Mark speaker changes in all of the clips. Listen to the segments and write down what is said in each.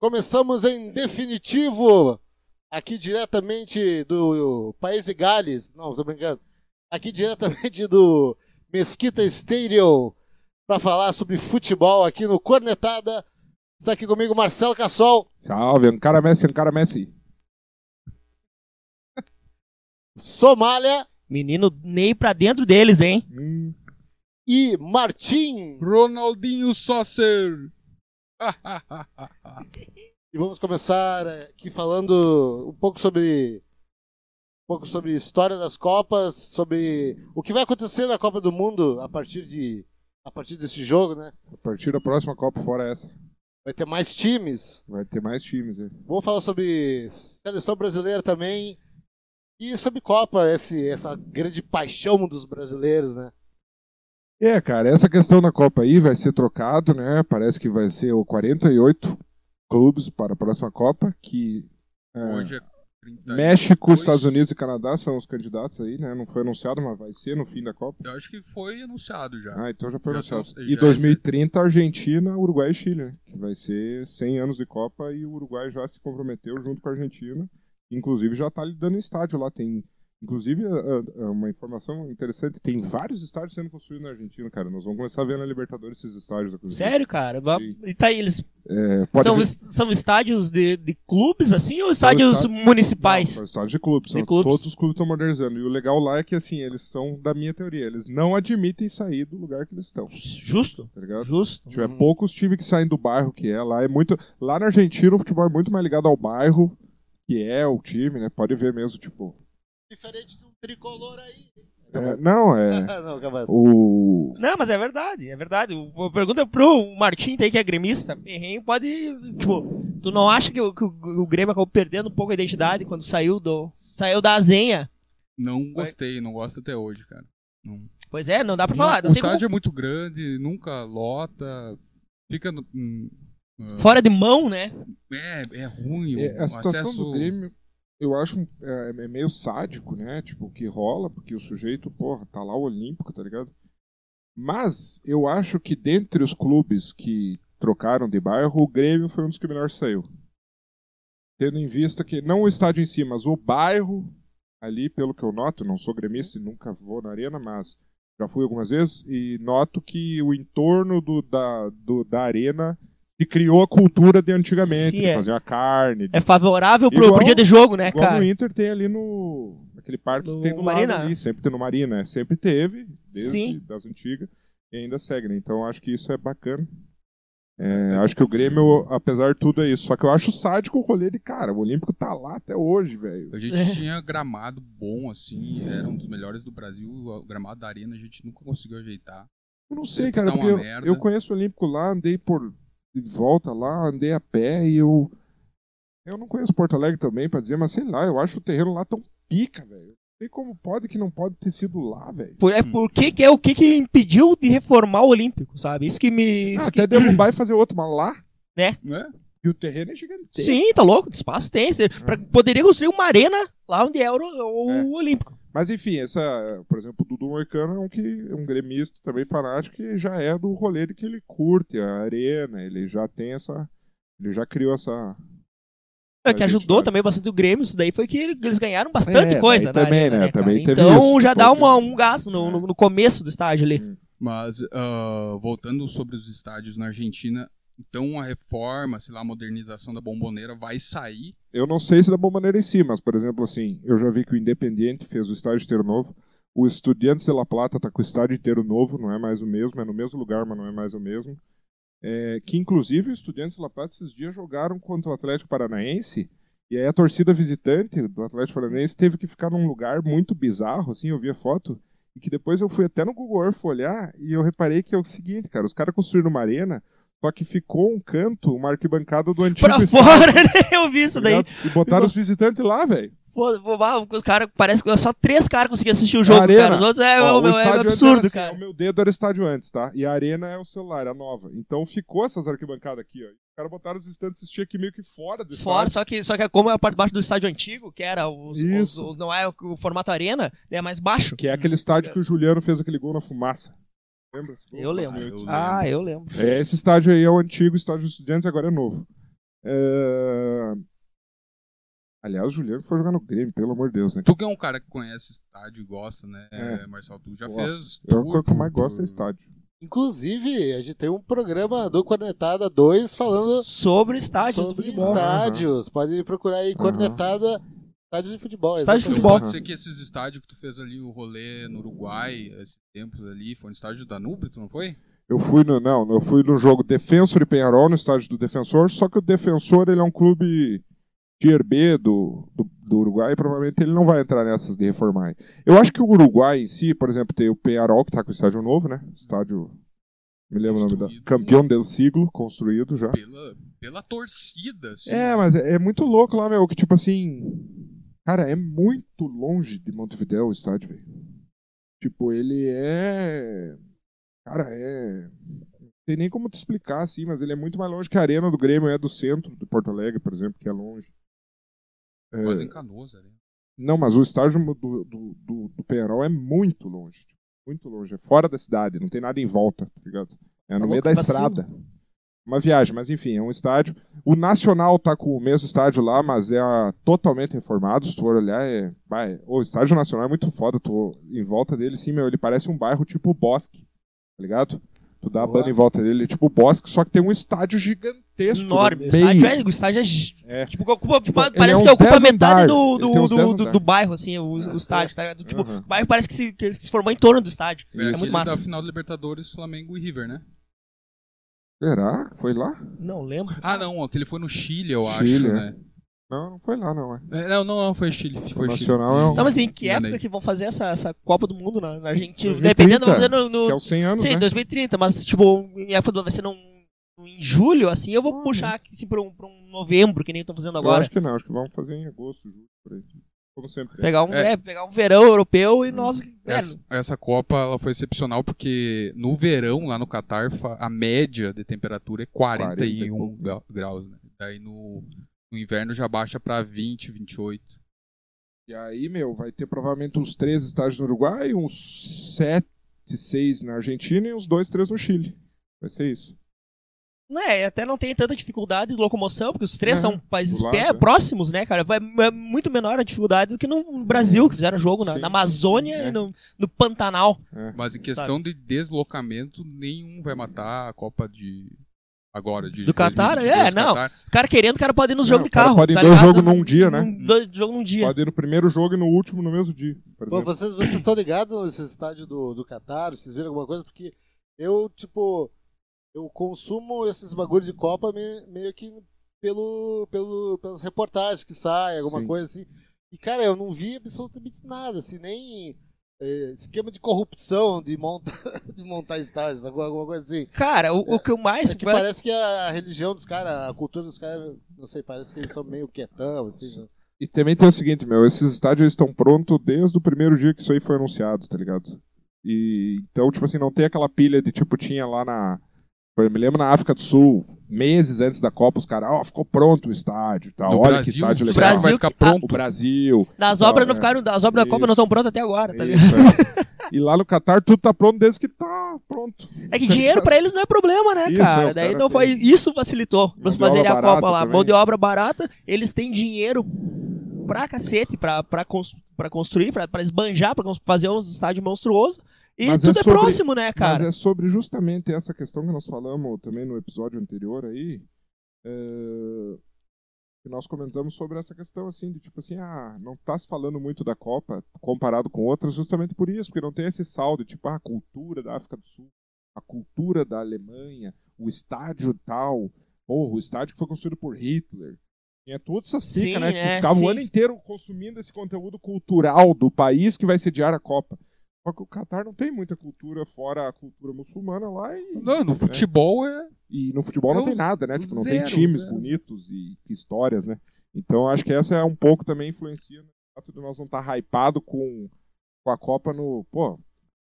Speaker 1: Começamos em definitivo, aqui diretamente do País de Gales, não, tô brincando, aqui diretamente do Mesquita Stadium, para falar sobre futebol aqui no Cornetada. Está aqui comigo Marcelo Cassol,
Speaker 2: Salve, Ancara Messi, Ancara Messi.
Speaker 1: Somália
Speaker 3: Menino Ney pra dentro deles, hein?
Speaker 1: e Martim.
Speaker 2: Ronaldinho Saucer.
Speaker 1: E vamos começar eh, aqui falando um pouco sobre um pouco sobre história das copas, sobre o que vai acontecer na Copa do Mundo a partir de a partir desse jogo, né?
Speaker 2: A partir da próxima Copa, fora essa,
Speaker 1: Vai ter mais times.
Speaker 2: vai ter mais times. Né?
Speaker 1: Vamos falar sobre seleção brasileira também e sobre Copa, esse essa grande paixão dos brasileiros, né?
Speaker 2: É, cara, essa questão da Copa aí vai ser trocado, né? Parece que vai ser o 48 clubes para a próxima Copa, que é,
Speaker 4: Hoje é 30
Speaker 2: México, Estados Unidos e Canadá são os candidatos aí, né? Não foi anunciado, mas vai ser no fim da Copa.
Speaker 4: Eu acho que foi anunciado já.
Speaker 2: Ah, então já foi
Speaker 4: Já
Speaker 2: anunciado.
Speaker 4: são-
Speaker 2: E
Speaker 4: já é
Speaker 2: 2030, Argentina, Uruguai e Chile, né? Que vai ser 100 anos de Copa e o Uruguai já se comprometeu junto com a Argentina. Inclusive já tá dando estádio lá. Tem, inclusive, a- a- uma informação interessante, tem vários estádios sendo construídos na Argentina, cara. Nós vamos começar a ver na Libertadores esses estádios. inclusive.
Speaker 3: Sério, cara? Va-
Speaker 2: Uhum. Sim.
Speaker 3: E tá aí, eles
Speaker 2: É, pode
Speaker 3: são,
Speaker 2: vir-
Speaker 3: est- são estádios de, de clubes, assim, ou estádios
Speaker 2: estádio-
Speaker 3: municipais?
Speaker 2: Não, são estádios de clubes.
Speaker 3: De
Speaker 2: são-
Speaker 3: clubes.
Speaker 2: Todos os clubes estão modernizando. E o legal lá é que, assim, eles são, da minha teoria, eles não admitem sair do lugar que eles estão,
Speaker 3: Justo,
Speaker 2: tá ligado?
Speaker 3: justo.
Speaker 2: Tipo, é
Speaker 4: Hum.
Speaker 2: poucos times que saem do bairro que é lá. É muito... Lá na Argentina o futebol é muito mais ligado ao bairro que é o time, né? Pode ver mesmo, tipo.
Speaker 1: Diferente de um tricolor aí.
Speaker 2: é, não, é.
Speaker 1: Não, capaz.
Speaker 2: O.
Speaker 3: Não, mas é verdade, é verdade. O- o- Pergunta pro Martim aí, que é gremista. Ferrenho pode. Tipo, tu não acha que o, que o- o Grêmio acabou perdendo um pouco a identidade quando saiu do. Saiu da azenha?
Speaker 4: Não gostei, não gosto até hoje, cara. Não.
Speaker 3: Pois é, não dá pra falar. Não
Speaker 4: o
Speaker 3: tem como-
Speaker 4: estádio é muito grande, nunca lota, fica no- hum,
Speaker 3: Fora de mão, né?
Speaker 4: é, é ruim.
Speaker 2: é,
Speaker 4: o
Speaker 2: a situação
Speaker 4: acesso-
Speaker 2: do Grêmio, eu acho é, é meio sádico, né? Tipo, o que rola, porque o sujeito, porra, tá lá o Olímpico, tá ligado? Mas eu acho que dentre os clubes que trocaram de bairro, o Grêmio foi um dos que melhor saiu. Tendo em vista que, não o estádio em si, mas o bairro ali, pelo que eu noto, não sou gremista e nunca vou na arena, mas já fui algumas vezes, e noto que o entorno do- da, do- da arena se criou a cultura de antigamente,
Speaker 3: Sim,
Speaker 2: de
Speaker 3: é.
Speaker 2: fazer a carne, de
Speaker 3: É favorável pro,
Speaker 2: Igual-
Speaker 3: pro dia de jogo, né,
Speaker 2: Igual no
Speaker 3: cara?
Speaker 2: Inter tem ali no. Aquele parque
Speaker 3: No
Speaker 2: que tem do
Speaker 3: Marina.
Speaker 2: lado ali. Sempre tem no Marina. é, Sempre teve, desde
Speaker 3: Sim.
Speaker 2: das antigas, e ainda segue, né? Então acho que isso é bacana. É, acho que o Grêmio, apesar de tudo, é isso. Só que eu acho sádico o rolê de cara. O Olímpico tá lá até hoje, velho.
Speaker 4: A gente tinha gramado bom, assim, era um dos melhores do Brasil. O gramado da arena a gente nunca conseguiu ajeitar.
Speaker 2: Eu não sei,
Speaker 4: Tá
Speaker 2: cara,
Speaker 4: uma
Speaker 2: porque eu,
Speaker 4: merda.
Speaker 2: eu conheço o Olímpico lá, andei por de volta lá, andei a pé e eu. Eu não conheço Porto Alegre também pra dizer, mas sei lá, eu acho o terreno lá tão pica, velho. Não sei como pode que não pode ter sido lá, velho.
Speaker 3: Por, é por que, que é o que, que impediu de reformar o Olímpico, sabe? Isso que me.
Speaker 2: Ah,
Speaker 3: Isso que-
Speaker 2: até derrubar e fazer outro, mas lá
Speaker 4: Né?
Speaker 2: E o terreno é gigantesco.
Speaker 3: Sim, tá louco, espaço tem. Você- pra- poderia construir uma arena lá onde é o, o
Speaker 2: Hum. É.
Speaker 3: Olímpico.
Speaker 2: Mas enfim, essa, por exemplo, o Dudu Moicano é um, que, é um gremista também fanático que já é do rolê de que ele curte a arena, ele já tem essa. Ele já criou essa.
Speaker 3: É, que
Speaker 2: A gente
Speaker 3: ajudou
Speaker 2: vai.
Speaker 3: também bastante o Grêmio, isso daí foi que eles ganharam bastante
Speaker 2: É,
Speaker 3: coisa,
Speaker 2: daí também, né,
Speaker 3: cara?
Speaker 2: também teve
Speaker 3: então
Speaker 2: isso,
Speaker 3: já
Speaker 2: um
Speaker 3: dá
Speaker 2: pouquinho.
Speaker 3: uma- um gás no, no- no começo do estádio ali.
Speaker 4: Mas, ah, voltando sobre os estádios na Argentina, então a reforma, sei lá, a modernização da bomboneira vai sair.
Speaker 2: Eu não sei se da boa maneira em si, mas, por exemplo, assim, eu já vi que o Independiente fez o estádio inteiro novo. O Estudiantes de La Plata tá com o estádio inteiro novo, não é mais o mesmo, é no mesmo lugar, mas não é mais o mesmo. É, que inclusive o Estudiantes de La Plata esses dias jogaram contra o Atlético Paranaense. E aí a torcida visitante do Atlético Paranaense teve que ficar num lugar muito bizarro, assim, eu vi a foto. E que depois eu fui até no Google Earth olhar e eu reparei que é o seguinte, cara, os caras construíram uma arena, só que ficou um canto, uma arquibancada do antigo
Speaker 3: pra
Speaker 2: estádio.
Speaker 3: fora, né? Eu vi isso daí.
Speaker 2: Ligado? E botaram os visitantes lá, velho.
Speaker 3: Pô, pô, ah, o cara, parece que só três caras conseguiam assistir o jogo,
Speaker 2: Arena.
Speaker 3: cara. Os outros é,
Speaker 2: Ó,
Speaker 3: é- é
Speaker 2: antes era
Speaker 3: absurdo,
Speaker 2: assim,
Speaker 3: cara.
Speaker 2: O meu dedo era estádio antes, tá? E a arena é o celular, a nova. Então ficou essas arquibancadas aqui, ó. Os caras botaram os visitantes assistir aqui meio que fora do
Speaker 3: Fora,
Speaker 2: estádio.
Speaker 3: só que, só que como é a parte de baixo do estádio antigo, que era os, os-
Speaker 2: Isso.
Speaker 3: os- não é o, o formato arena, é mais baixo.
Speaker 2: Que é aquele estádio que o Juliano fez aquele gol na fumaça. Lembra?
Speaker 3: Eu lembro.
Speaker 4: eu lembro.
Speaker 3: Ah, eu lembro.
Speaker 2: É, esse estádio aí é o antigo estádio dos estudantes, agora é novo. É, Aliás, o Juliano foi jogar no Grêmio, pelo amor de Deus, né?
Speaker 4: Tu que é um cara que conhece estádio e gosta, né,
Speaker 2: É.
Speaker 4: Marcelo? Tu já
Speaker 2: Gosto.
Speaker 4: fez.
Speaker 2: É a
Speaker 4: tour
Speaker 2: coisa que eu mais
Speaker 4: por-
Speaker 2: gosto é estádio.
Speaker 1: Inclusive, a gente tem um programa do Cornetada 2 falando
Speaker 3: sobre estádios
Speaker 1: sobre
Speaker 3: do futebol.
Speaker 2: estádio.
Speaker 1: estádios. Pode procurar aí, Cornetada, estádio de futebol.
Speaker 3: Estádio de
Speaker 4: Então
Speaker 1: exatamente.
Speaker 3: futebol.
Speaker 4: pode ser que esses estádios que tu fez ali, o rolê no Uruguai, esses tempos ali, foi no estádio da Nubra, tu não foi?
Speaker 2: Eu fui no. Não, eu fui no jogo Defensor e Penharol, no estádio do Defensor, só que o Defensor ele é um clube tier B do, do, do Uruguai, e provavelmente ele não vai entrar nessas de reformar. aí. Eu acho que o Uruguai em si, por exemplo, tem o Penharol, que tá com o estádio novo, né? Estádio. Me lembro o nome da.
Speaker 4: Construído.
Speaker 2: Campeão do siglo, construído já.
Speaker 4: Pela, pela torcida, assim.
Speaker 2: É, mas é, é muito louco lá, meu, que tipo assim. Cara, é muito longe de Montevideo o estádio, velho. Tipo, ele é. Cara, é. Não tem nem como te explicar assim, mas ele é muito mais longe que a Arena do Grêmio, é do centro de Porto Alegre, por exemplo, que é longe. É,
Speaker 4: Quase em Canoas ali.
Speaker 2: Não, mas o estádio do, do, do, do Penharol é muito longe. tipo, muito longe. É fora da cidade, não tem nada em volta, tá ligado? É no
Speaker 3: Tá
Speaker 2: meio
Speaker 3: louco,
Speaker 2: da
Speaker 3: vacilo.
Speaker 2: estrada. Uma viagem, mas enfim, é um estádio. O Nacional tá com o mesmo estádio lá, mas é ah, totalmente reformado. Se tu for olhar, é... vai, o estádio nacional é muito foda. Tu, em volta dele, sim, meu, ele parece um bairro tipo Bosque, tá ligado? Tu dá a
Speaker 1: Boa.
Speaker 2: banda em volta dele, tipo Bosque, só que tem um estádio gigantesco. né? no
Speaker 3: Enorme. O
Speaker 2: meio.
Speaker 3: estádio é. O estádio é gi-
Speaker 2: É.
Speaker 3: Tipo, ocupa,
Speaker 2: ele
Speaker 3: parece
Speaker 2: é
Speaker 3: que
Speaker 2: uns
Speaker 3: ocupa
Speaker 2: 10
Speaker 3: metade
Speaker 2: andar.
Speaker 3: do,
Speaker 2: Ele tem
Speaker 3: do,
Speaker 2: uns 10
Speaker 3: do, do,
Speaker 2: andar.
Speaker 3: do bairro, assim, o, o estádio, tá ligado? Tipo,
Speaker 2: Aham.
Speaker 3: o bairro parece que se, que se formou em torno do estádio.
Speaker 4: É,
Speaker 3: É
Speaker 4: aquele
Speaker 3: muito
Speaker 4: da
Speaker 3: massa.
Speaker 4: final do Libertadores, Flamengo e River, né?
Speaker 2: Será? Foi lá?
Speaker 3: Não lembro.
Speaker 4: Ah, não, aquele foi no Chile, eu
Speaker 2: Chile,
Speaker 4: acho,
Speaker 2: é.
Speaker 4: né?
Speaker 2: Não, não foi lá, não. É.
Speaker 4: É, não, não, não, foi Chile. Foi
Speaker 2: Nacional
Speaker 4: Chile. né?
Speaker 2: é um-
Speaker 3: Não, mas em que
Speaker 4: Enganei.
Speaker 3: época que vão fazer essa, essa Copa do Mundo na, na Argentina?
Speaker 2: 2030,
Speaker 3: Dependendo, vão fazer no, no-
Speaker 2: Que é os 100 anos,
Speaker 3: Sim,
Speaker 2: né?
Speaker 3: 2030, mas tipo, em época do- vai ser num, em julho, assim, eu vou puxar assim, pra, um, pra um novembro, que nem estão fazendo
Speaker 2: Ah, é. Eu
Speaker 3: agora.
Speaker 2: acho que não, acho que vamos fazer em agosto, julho, por aí. Como sempre.
Speaker 3: Pegar um,
Speaker 4: É.
Speaker 3: é, pegar um verão europeu e
Speaker 2: Hum.
Speaker 3: nós. é,
Speaker 4: Essa, essa Copa ela foi excepcional porque no verão, lá no Catar, fa- a média de temperatura é 41
Speaker 2: 40 e
Speaker 4: grau- graus. Né? Daí no, no inverno já baixa pra 20, 28.
Speaker 2: E aí, meu, vai ter provavelmente uns três estádios no Uruguai, uns sete, seis na Argentina e uns dois, três no Chile. Vai ser isso.
Speaker 3: Né, até não tem tanta dificuldade de locomoção, porque os três
Speaker 2: É,
Speaker 3: são países
Speaker 2: do lado,
Speaker 3: pé-
Speaker 2: é.
Speaker 3: próximos, né, cara? Vai- É muito menor a dificuldade do que no Brasil, que fizeram jogo na,
Speaker 2: Hum. Sim,
Speaker 3: na Amazônia
Speaker 2: sim, é.
Speaker 3: e no, no Pantanal.
Speaker 4: Mas em questão de deslocamento, nenhum vai matar a Copa de. Agora, de.
Speaker 3: Do Catar?
Speaker 4: 2022
Speaker 3: É,
Speaker 4: do
Speaker 3: não.
Speaker 4: Catar.
Speaker 3: O cara querendo, o cara pode ir nos
Speaker 2: Não, o
Speaker 3: jogos de
Speaker 2: cara
Speaker 3: carro.
Speaker 2: pode ir
Speaker 3: tá
Speaker 2: dois
Speaker 3: ligado?
Speaker 2: jogos num dia, né?
Speaker 3: Num- Dois jogos num dia.
Speaker 2: Pode ir no primeiro jogo e no último no mesmo dia. por
Speaker 1: Pô,
Speaker 2: exemplo.
Speaker 1: vocês, vocês estão ligados nesse estádio do, do Qatar? Vocês viram alguma coisa? Porque eu, tipo, eu consumo esses bagulho de Copa me- meio que pelo, pelo, pelas reportagens que saem, alguma
Speaker 2: Sim.
Speaker 1: coisa assim. E, cara, eu não vi absolutamente nada, assim, nem eh, esquema de corrupção de montar, de montar estádios, alguma, alguma coisa assim.
Speaker 3: Cara, o, o que eu mais.
Speaker 1: É que parece que a religião dos caras, a cultura dos caras, não sei, parece que eles são meio quietão, assim. né?
Speaker 2: E também tem o seguinte, meu, esses estádios eles estão prontos desde o primeiro dia que isso aí foi anunciado, tá ligado? E então, tipo assim, não tem aquela pilha de tipo tinha lá na. Eu me lembro na África do Sul, meses antes da Copa, os caras, ó, ficou pronto o estádio e tal.
Speaker 4: No
Speaker 2: Olha
Speaker 4: Brasil,
Speaker 2: que estádio
Speaker 4: o
Speaker 2: legal.
Speaker 4: Brasil vai
Speaker 3: Brasil
Speaker 4: ficar
Speaker 3: que- ah,
Speaker 4: pronto.
Speaker 2: O Brasil.
Speaker 3: Nas
Speaker 2: Então,
Speaker 3: obras não
Speaker 2: é.
Speaker 3: ficaram, as obras da Copa não
Speaker 2: Isso.
Speaker 3: estão prontas até agora, tá ligado?
Speaker 2: Isso, é. e lá no Catar tudo tá pronto desde que tá pronto.
Speaker 3: É que dinheiro pra eles não é problema, né,
Speaker 2: Isso, é,
Speaker 3: cara?
Speaker 2: os
Speaker 3: Daí
Speaker 2: cara
Speaker 3: não
Speaker 2: tem-
Speaker 3: foi isso facilitou
Speaker 2: Mão
Speaker 3: pra
Speaker 2: de
Speaker 3: se fazerem a
Speaker 2: obra barata
Speaker 3: Copa lá.
Speaker 2: também.
Speaker 3: Mão de obra barata, eles têm dinheiro pra cacete pra, pra, cons- pra construir, pra, pra esbanjar, pra cons- fazer uns estádios monstruosos. E
Speaker 2: Mas é
Speaker 3: tudo é,
Speaker 2: sobre-
Speaker 3: próximo, né, cara?
Speaker 2: Mas é sobre justamente essa questão que nós falamos também no episódio anterior aí. eh, Que nós comentamos sobre essa questão, assim, de tipo assim, ah, não tá se falando muito da Copa comparado com outras, justamente por isso, porque não tem esse saldo, tipo, ah, a cultura da África do Sul, a cultura da Alemanha, o estádio tal, porra, o estádio que foi construído por Hitler. Tinha todas essas
Speaker 3: Sim,
Speaker 2: picas, né? Que tu
Speaker 3: é,
Speaker 2: ficava
Speaker 3: sim.
Speaker 2: o ano inteiro consumindo esse conteúdo cultural do país que vai sediar a Copa. Só que o Catar não tem muita cultura fora a cultura muçulmana lá e, né,
Speaker 4: Não, no futebol é.
Speaker 2: e no futebol não
Speaker 4: Eu-
Speaker 2: tem nada, né? Tipo, não tem
Speaker 4: zero,
Speaker 2: times
Speaker 4: zero.
Speaker 2: bonitos e histórias, né? Então acho que essa é um pouco também influencia no fato de nós não estar hypado com, com a Copa no. Pô,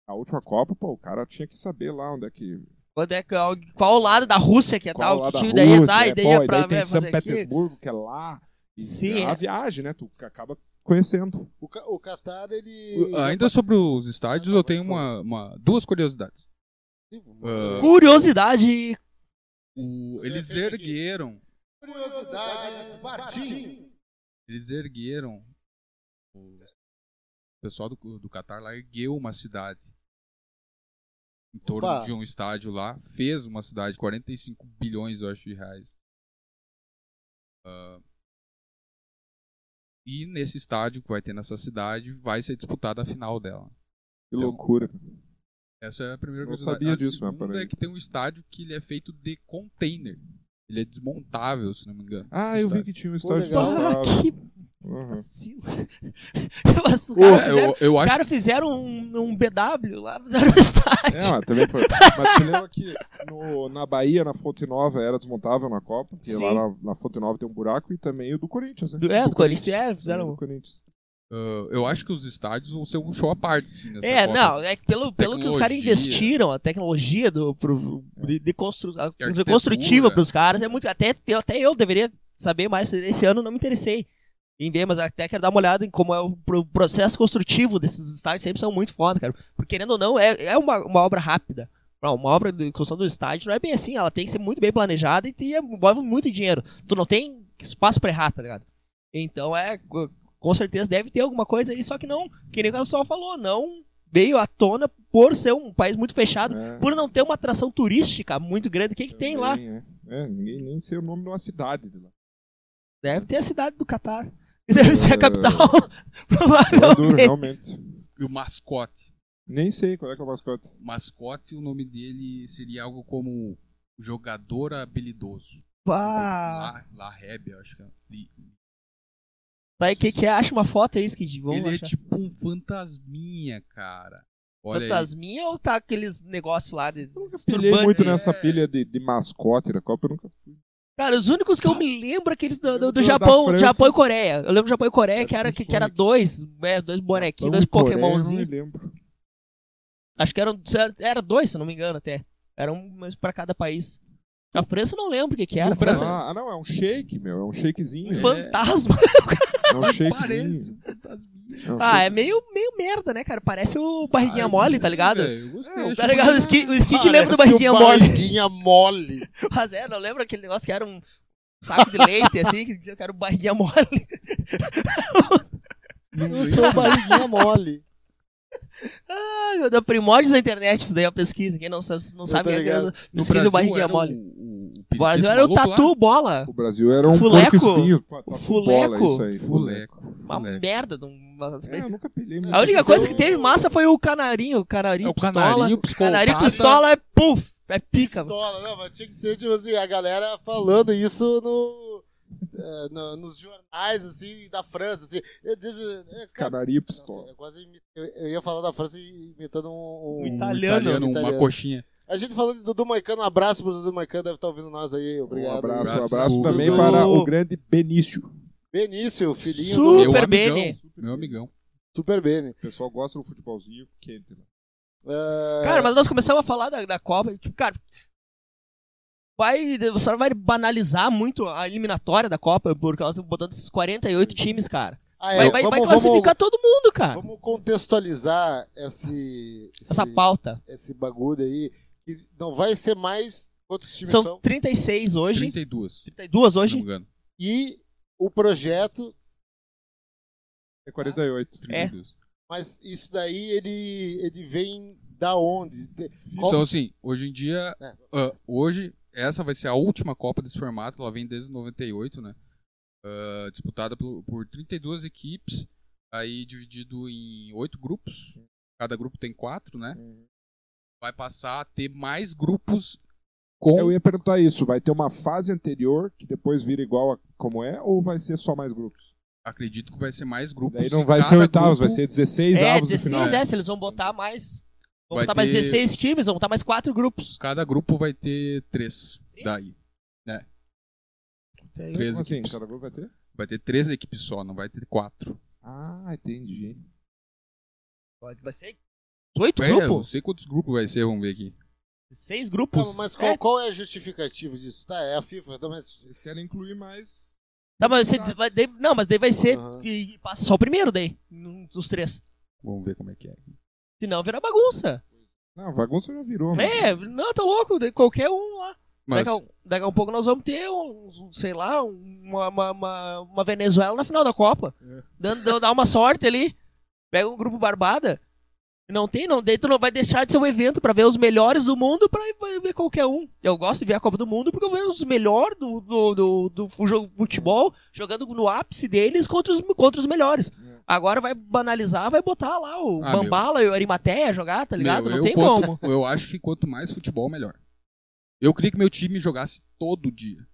Speaker 2: a última Copa, pô, o cara tinha que saber lá onde é que.
Speaker 3: Quando é que- qual o lado da Rússia que é
Speaker 2: Qual
Speaker 3: tal,
Speaker 2: lá
Speaker 3: que
Speaker 2: da
Speaker 3: time daí é
Speaker 2: Rússia,
Speaker 3: tal,
Speaker 2: né?
Speaker 3: e daí
Speaker 2: Pô,
Speaker 3: é pra
Speaker 2: tem
Speaker 3: é,
Speaker 2: São
Speaker 3: fazer aqui.
Speaker 2: Petersburgo, que é lá. E
Speaker 3: Sim,
Speaker 2: é a
Speaker 3: é.
Speaker 2: viagem, né? Tu acaba conhecendo.
Speaker 1: O, Ca- o Qatar, ele.
Speaker 4: Ainda sobre os estádios, eu tenho uma, uma- duas curiosidades.
Speaker 1: Sim,
Speaker 4: Ah,
Speaker 3: Curiosidade.
Speaker 4: O-
Speaker 1: Sobre
Speaker 4: eles
Speaker 1: aquele que-
Speaker 4: ergueram
Speaker 1: Curiosidades Batim.
Speaker 4: Eles ergueram. O pessoal do, do Catar lá ergueu uma cidade. Em torno
Speaker 1: Opa.
Speaker 4: de um estádio lá. Fez uma cidade, 45 bilhões, eu acho, de reais. Ah, e nesse estádio que vai ter nessa cidade, vai ser disputada a final dela.
Speaker 2: Que
Speaker 3: Então,
Speaker 2: loucura.
Speaker 4: Essa é a primeira
Speaker 2: Não
Speaker 4: curiosidade.
Speaker 2: sabia
Speaker 4: a
Speaker 2: disso,
Speaker 4: segunda
Speaker 2: rapaz.
Speaker 4: é que tem um estádio que ele é feito de container. Ele é desmontável, se não me engano.
Speaker 2: Ah, eu vi que tinha um estádio
Speaker 1: legal.
Speaker 3: Ah,
Speaker 2: de
Speaker 3: que
Speaker 2: Uhum.
Speaker 3: vacilo. Os
Speaker 1: Ô,
Speaker 3: caras
Speaker 4: É,
Speaker 3: fizeram,
Speaker 4: eu, eu
Speaker 3: os
Speaker 4: acho
Speaker 3: caras fizeram um, um BW lá, fizeram um estádio.
Speaker 2: É, mas também foi. Mas você lembra que no- na Bahia, na Fonte Nova, era desmontável na Copa? E
Speaker 3: Sim.
Speaker 2: lá na, na Fonte Nova tem um buraco e também o do Corinthians, né?
Speaker 3: Do- é, do Corinthians, é, fizeram-
Speaker 2: Também do Corinthians.
Speaker 4: Uh, eu acho que os estádios vão ser um show à parte. Sim, nessa
Speaker 3: É,
Speaker 4: Copa.
Speaker 3: não, é que pelo, pelo que os caras
Speaker 4: Tecnologia.
Speaker 3: investiram, a tecnologia do, pro, de, de constru, a- de
Speaker 4: arquitetura.
Speaker 3: construtiva pros caras, é muito, até, eu- até eu deveria saber mais, esse ano eu não me interessei em ver, mas até quero dar uma olhada em como é o pro- processo construtivo desses estádios, sempre são muito foda, cara, porque querendo ou não, é, é uma, uma obra rápida. Não, uma obra de construção do estádio não é bem assim, ela tem que ser muito bem planejada e te- envolve muito dinheiro. Tu não tem espaço pra errar, tá ligado? Então é, co- com certeza deve ter alguma coisa aí, só que não, que nem o pessoal falou, não veio à tona por ser um país muito fechado,
Speaker 2: É,
Speaker 3: por não ter uma atração turística muito grande. O que, que tem lá?
Speaker 2: também, É, É, ninguém nem sei o nome de uma cidade de lá.
Speaker 3: Deve ter a cidade do Catar. Deve ser a
Speaker 2: É.
Speaker 3: capital,
Speaker 2: É duro,
Speaker 3: provavelmente.
Speaker 2: realmente.
Speaker 4: E o mascote.
Speaker 2: Nem sei qual é que é o mascote.
Speaker 4: O mascote, o nome dele seria algo como jogador habilidoso.
Speaker 3: Ah. Pá.
Speaker 4: Lá, lá Hebe, eu acho que é. E-
Speaker 3: Daí o que que é? Acha uma foto aí, Skid? Vamos
Speaker 4: Ele é
Speaker 3: achar.
Speaker 4: tipo um fantasminha, cara. Olha aí.
Speaker 3: Fantasminha ou tá aqueles negócios lá de
Speaker 2: Pilhei
Speaker 3: turbante?
Speaker 2: muito
Speaker 4: né?
Speaker 2: nessa pilha de, de mascote da Copa, eu nunca fui.
Speaker 3: Cara, os únicos que eu me lembro é aqueles do, do- do
Speaker 2: Da
Speaker 3: Japão,
Speaker 2: França.
Speaker 3: Japão e Coreia. Eu lembro do Japão e Coreia,
Speaker 2: Era
Speaker 3: que era, que,
Speaker 2: tudo
Speaker 3: que era
Speaker 2: Sonic.
Speaker 3: dois, é, dois bonequinhos, dois
Speaker 2: Coreia, eu Não me
Speaker 3: pokémonzinhos.
Speaker 2: lembro.
Speaker 3: Acho que eram era dois, se não me engano, até. Era um mas pra cada país. A França eu não lembro o que, que era. A França,
Speaker 2: Ah, ah, não, é um shake, meu. É um shakezinho.
Speaker 3: um fantasma.
Speaker 2: É um
Speaker 4: Parece
Speaker 2: shakezinho.
Speaker 4: um fantasminha.
Speaker 2: É um
Speaker 3: Ah,
Speaker 2: shake.
Speaker 3: é meio, meio merda, né, cara? Parece o Barriguinha
Speaker 4: Ai,
Speaker 3: Mole, tá ligado?
Speaker 4: velho, Eu gostei.
Speaker 2: É,
Speaker 4: achei
Speaker 3: Tá ligado? O
Speaker 4: bonito.
Speaker 3: Skid, o Skid
Speaker 1: Parece
Speaker 3: lembra do
Speaker 1: o
Speaker 3: Barriguinha Mole.
Speaker 1: Barriguinha mole.
Speaker 3: Mas é, não lembra aquele negócio que era um saco de leite, assim, que dizia que era o Barriguinha Mole.
Speaker 1: Eu
Speaker 2: Um
Speaker 1: sou o barriguinha mole.
Speaker 3: Ah, meu Deus, primórdios da internet, isso daí é uma pesquisa. Quem não sabe, não sabe é
Speaker 1: ligado.
Speaker 4: No
Speaker 3: pesquisa o
Speaker 4: Brasil
Speaker 3: Barriguinha
Speaker 4: era
Speaker 3: Mole.
Speaker 4: O, o,
Speaker 3: O Brasil era o
Speaker 4: maluco lá.
Speaker 3: Tatu Bola.
Speaker 2: O Brasil era um
Speaker 3: é. Fuleco?
Speaker 2: porco espinho. Tá
Speaker 3: Fuleco?
Speaker 2: bola, isso aí.
Speaker 4: Fuleco.
Speaker 3: Uma
Speaker 4: Fuleco.
Speaker 3: merda. de um- uma-
Speaker 2: É, eu nunca pilhei muito.
Speaker 3: A única
Speaker 2: isso.
Speaker 3: coisa que teve massa foi o canarinho. O canarinho
Speaker 4: um É o
Speaker 3: pistola.
Speaker 4: canarinho, psicopata.
Speaker 3: Canarinho pistola é puff. É pica. mano.
Speaker 1: Pistola, não, mas tinha que ser tipo assim, a galera falando isso no, eh, no- nos jornais assim da França, assim. Eu disse, eh, cara,
Speaker 2: Canaria e
Speaker 1: nossa,
Speaker 2: pistola.
Speaker 1: eu, quase imi- eu- eu ia falar da França imitando um,
Speaker 3: Um
Speaker 1: um-
Speaker 3: italiano.
Speaker 4: Italiano, uma
Speaker 1: Italiano.
Speaker 4: coxinha.
Speaker 1: A gente falando de Dudu Moicano, um abraço pro Dudu Moicano, deve estar ouvindo nós aí. Obrigado.
Speaker 2: Um abraço, um
Speaker 4: Abraço.
Speaker 2: abraço também
Speaker 1: Dudu.
Speaker 2: para o grande Benício.
Speaker 1: Benício, filhinho
Speaker 3: Super
Speaker 1: do
Speaker 4: meu amigão,
Speaker 3: Bene.
Speaker 4: Meu amigão.
Speaker 1: Super Bene.
Speaker 2: O pessoal gosta do futebolzinho quente. né?
Speaker 1: Eh,
Speaker 3: Cara, mas nós começamos a falar da, da Copa. e, Tipo, cara, vai, você vai banalizar muito a eliminatória da Copa por causa botando esses 48 times, cara.
Speaker 1: ah, é,
Speaker 3: Vai, vai, vai classificar todo mundo, cara.
Speaker 1: Vamos, vamos contextualizar esse, esse,
Speaker 3: Essa pauta.
Speaker 1: esse bagulho aí. Que não vai ser mais quantos times são.
Speaker 3: São 36 hoje.
Speaker 4: 32.
Speaker 3: 32
Speaker 4: Se não me
Speaker 3: hoje.
Speaker 4: engano.
Speaker 1: E o projeto,
Speaker 2: É 48.
Speaker 4: 32.
Speaker 1: mas isso daí ele, ele vem da onde? Te- Qual-
Speaker 4: Então, assim, hoje em dia.
Speaker 1: É.
Speaker 4: ah, hoje, essa vai ser a última Copa desse formato, ela vem desde 98, né? Ah, disputada por, por 32 equipes, aí dividido em oito grupos. Cada grupo tem quatro, né? Vai passar a ter mais grupos com.
Speaker 2: Eu ia perguntar isso. Vai ter uma fase anterior que depois vira igual a como é ou vai ser só mais grupos?
Speaker 4: Acredito que vai ser mais grupos.
Speaker 2: Daí não vai
Speaker 4: Cada
Speaker 2: ser oitavos,
Speaker 4: grupo
Speaker 2: vai ser 16
Speaker 3: É,
Speaker 2: avos no
Speaker 3: 16
Speaker 2: final.
Speaker 4: final.
Speaker 3: é, se eles vão botar mais. Vão
Speaker 4: Vai
Speaker 3: botar mais
Speaker 4: ter-
Speaker 3: 16 times, vão botar mais 4 grupos.
Speaker 4: Cada grupo vai ter três. Daí. Três
Speaker 2: Como assim?
Speaker 4: equipes.
Speaker 2: Cada grupo vai ter?
Speaker 4: Vai ter três equipes só, não vai ter quatro.
Speaker 2: Ah, entendi.
Speaker 3: Vai ser 8
Speaker 4: É, eu não
Speaker 3: grupos?
Speaker 4: sei quantos grupos vai ser, vamos ver aqui.
Speaker 3: 6
Speaker 1: Tá,
Speaker 3: grupos.
Speaker 1: mas qual,
Speaker 3: É,
Speaker 1: qual é a justificativa disso? Tá, é a FIFA, tá, mas
Speaker 2: Eles querem incluir mais.
Speaker 3: Tá, mas você diz- vai- daí- não, mas daí vai ser.
Speaker 1: Aham.
Speaker 3: e passa só o primeiro daí. um Dos três.
Speaker 4: Vamos ver como é que é.
Speaker 3: Senão vira bagunça. Uhum.
Speaker 2: Não, bagunça já virou. né?
Speaker 3: É, não, tá louco. daí Qualquer um lá.
Speaker 4: Mas,
Speaker 3: Daqui, a, daqui a um pouco nós vamos ter, um, um, sei lá, uma, uma, uma- uma Venezuela na final da Copa.
Speaker 2: É.
Speaker 3: Dando, dando- dá uma sorte ali. Pega um grupo barbada. Não tem, não. Daí tu não vai deixar de ser um evento pra ver os melhores do mundo pra ir- ver qualquer um. Eu gosto de ver a Copa do Mundo porque eu vejo os melhores do, do, do, do fu- jogo de futebol jogando no ápice deles contra os, contra os melhores.
Speaker 2: É.
Speaker 3: Agora vai banalizar, vai botar lá o
Speaker 4: Ah, meu.
Speaker 3: Bambala e o Arimateia jogar, tá ligado?
Speaker 4: meu,
Speaker 3: não
Speaker 4: eu
Speaker 3: tem
Speaker 4: quanto-
Speaker 3: como.
Speaker 4: Eu acho que quanto mais futebol, melhor. Eu queria que meu time jogasse todo dia.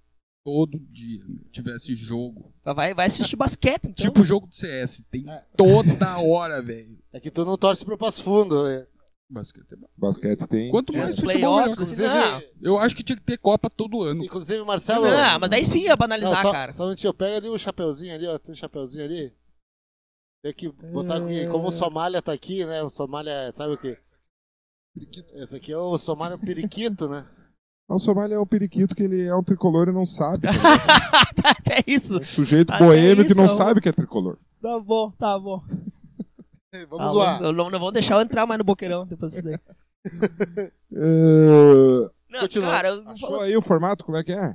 Speaker 4: Todo dia. meu. Tivesse jogo.
Speaker 3: Vai, vai assistir basquete, então.
Speaker 4: Tipo jogo de CS. Tem
Speaker 1: É.
Speaker 4: toda hora, velho.
Speaker 1: É que tu não torce pro Passo Fundo. né?
Speaker 4: Basquete é bom.
Speaker 2: Basquete tem.
Speaker 4: Quanto
Speaker 1: É,
Speaker 4: mais
Speaker 3: os
Speaker 4: futebol, melhor.
Speaker 3: playoffs,
Speaker 4: cara.
Speaker 3: assim,
Speaker 1: Inclusive,
Speaker 3: não.
Speaker 4: Eu acho que tinha que ter Copa todo ano.
Speaker 1: inclusive Marcelo.
Speaker 3: Ah, mas daí sim ia banalizar,
Speaker 1: Tá só,
Speaker 3: cara.
Speaker 1: Só um tio, pega ali o chapeuzinho ali, ó. Tem um chapeuzinho ali. Tem que botar aqui. Como o Somália tá aqui, né? O Somália, sabe o quê? Esse aqui é o Somália Periquito, né?
Speaker 2: O Somália é um periquito que ele é um tricolor e não sabe.
Speaker 3: é isso.
Speaker 2: Um sujeito
Speaker 3: Até
Speaker 2: boêmio que
Speaker 3: isso,
Speaker 2: não
Speaker 3: ó.
Speaker 2: sabe que é tricolor.
Speaker 3: Tá bom, tá bom.
Speaker 1: Vamos
Speaker 3: Ah,
Speaker 1: zoar.
Speaker 3: eu não, não vão deixar eu entrar mais no boqueirão depois disso daí.
Speaker 2: É,
Speaker 3: Não,
Speaker 1: Continua.
Speaker 3: cara, eu não
Speaker 2: Achou
Speaker 3: falo,
Speaker 2: aí o formato? Como é que é?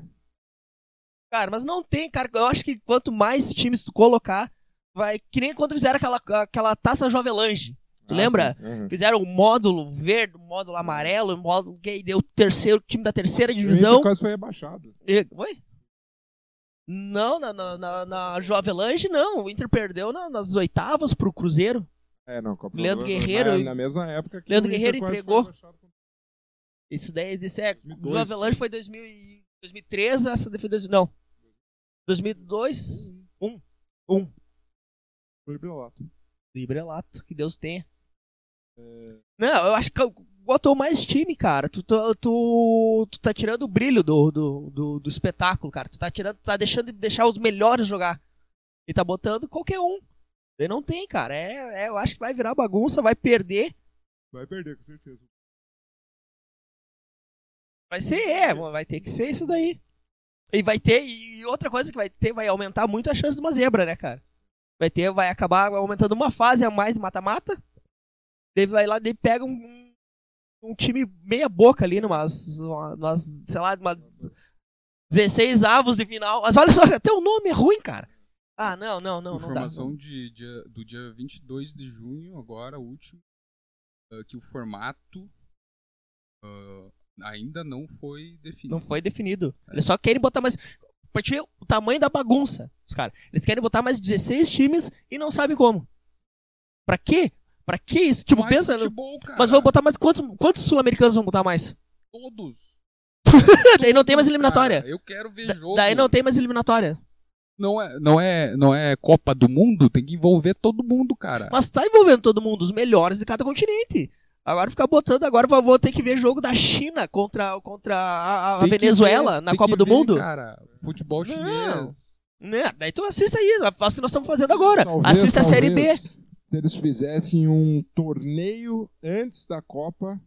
Speaker 3: cara, mas não tem, cara. Eu acho que quanto mais times tu colocar, vai. Que nem quando fizeram aquela, aquela taça Jovelange. Tu
Speaker 1: Ah,
Speaker 3: lembra?
Speaker 2: sim. Uhum.
Speaker 3: Fizeram um módulo verde, um módulo amarelo, um módulo gay, deu o terceiro time da terceira
Speaker 2: Inter
Speaker 3: divisão.
Speaker 2: quase foi rebaixado.
Speaker 3: E- Oi? Não, na, na, na, na Jovelange não. O Inter perdeu na- nas oitavas pro Cruzeiro.
Speaker 2: É, não, Copa do
Speaker 3: Leandro
Speaker 2: Mundo,
Speaker 3: Guerreiro-
Speaker 2: mas Na mesma época que
Speaker 3: Leandro
Speaker 2: o Inter
Speaker 3: Guerreiro
Speaker 2: quase foi
Speaker 3: entregou.
Speaker 2: rebaixado.
Speaker 3: Isso daí, isso é,
Speaker 2: 2002.
Speaker 3: do Avalanche foi 2000, e- 2013, essa daí foi 2000, não. 2002, Um.
Speaker 2: Foi Beloto.
Speaker 3: Librelato, que Deus tenha. Não, eu acho que botou mais time, cara. Tu, tu, tu, tu tá tirando o brilho do, do, do, do espetáculo, cara. Tu tá tirando, tu tá deixando de deixar os melhores jogar. E tá botando qualquer um. Daí não tem, cara. É, é, eu acho que vai virar bagunça, vai perder.
Speaker 2: Vai perder, com certeza.
Speaker 3: Vai ser, é, mano, vai ter que ser isso daí. E vai ter, e outra coisa que vai ter, vai aumentar muito a chance de uma zebra, né, cara? Vai ter, vai acabar aumentando uma fase a mais de mata-mata. Daí vai lá, daí pega um, um time meia boca ali, numas, uma- umas, sei lá, uma 16 avos de final. Mas olha só, até o nome é ruim, cara. Ah, não, não, não, não dá.
Speaker 4: Informação de, dia- do dia 22 de junho, agora, o último, eh, que o formato ah, ainda não foi definido.
Speaker 3: Não foi definido. Eles só querem botar mais. Pra te ver o tamanho da bagunça, os caras. Eles querem botar mais 16 times e não sabem como. Pra quê? Pra que isso? Tipo,
Speaker 4: Mais
Speaker 3: pensa. no-
Speaker 4: futebol, cara.
Speaker 3: Mas vão botar mais. Quantos, quantos sul-americanos vão botar mais?
Speaker 4: Todos.
Speaker 3: Daí não tem mais
Speaker 4: Todos,
Speaker 3: eliminatória.
Speaker 4: cara. Eu quero ver jogo.
Speaker 3: Daí não tem mais eliminatória.
Speaker 4: Não é, não, é, não é Copa do Mundo, tem que envolver todo mundo, cara.
Speaker 3: Mas tá envolvendo todo mundo, os melhores de cada continente. Agora ficar botando, agora vou- vou ter que ver jogo da China contra, contra a, a
Speaker 4: Tem que
Speaker 3: Venezuela
Speaker 4: ver,
Speaker 3: na
Speaker 4: tem
Speaker 3: Copa
Speaker 4: que
Speaker 3: do
Speaker 4: ver,
Speaker 3: Mundo.
Speaker 4: Cara,
Speaker 3: Não.
Speaker 4: futebol chinês.
Speaker 3: Né? Daí tu assista aí, faz o que nós estamos fazendo agora.
Speaker 2: Talvez,
Speaker 3: Assista a Série B.
Speaker 2: talvez, Se eles fizessem um torneio antes da Copa.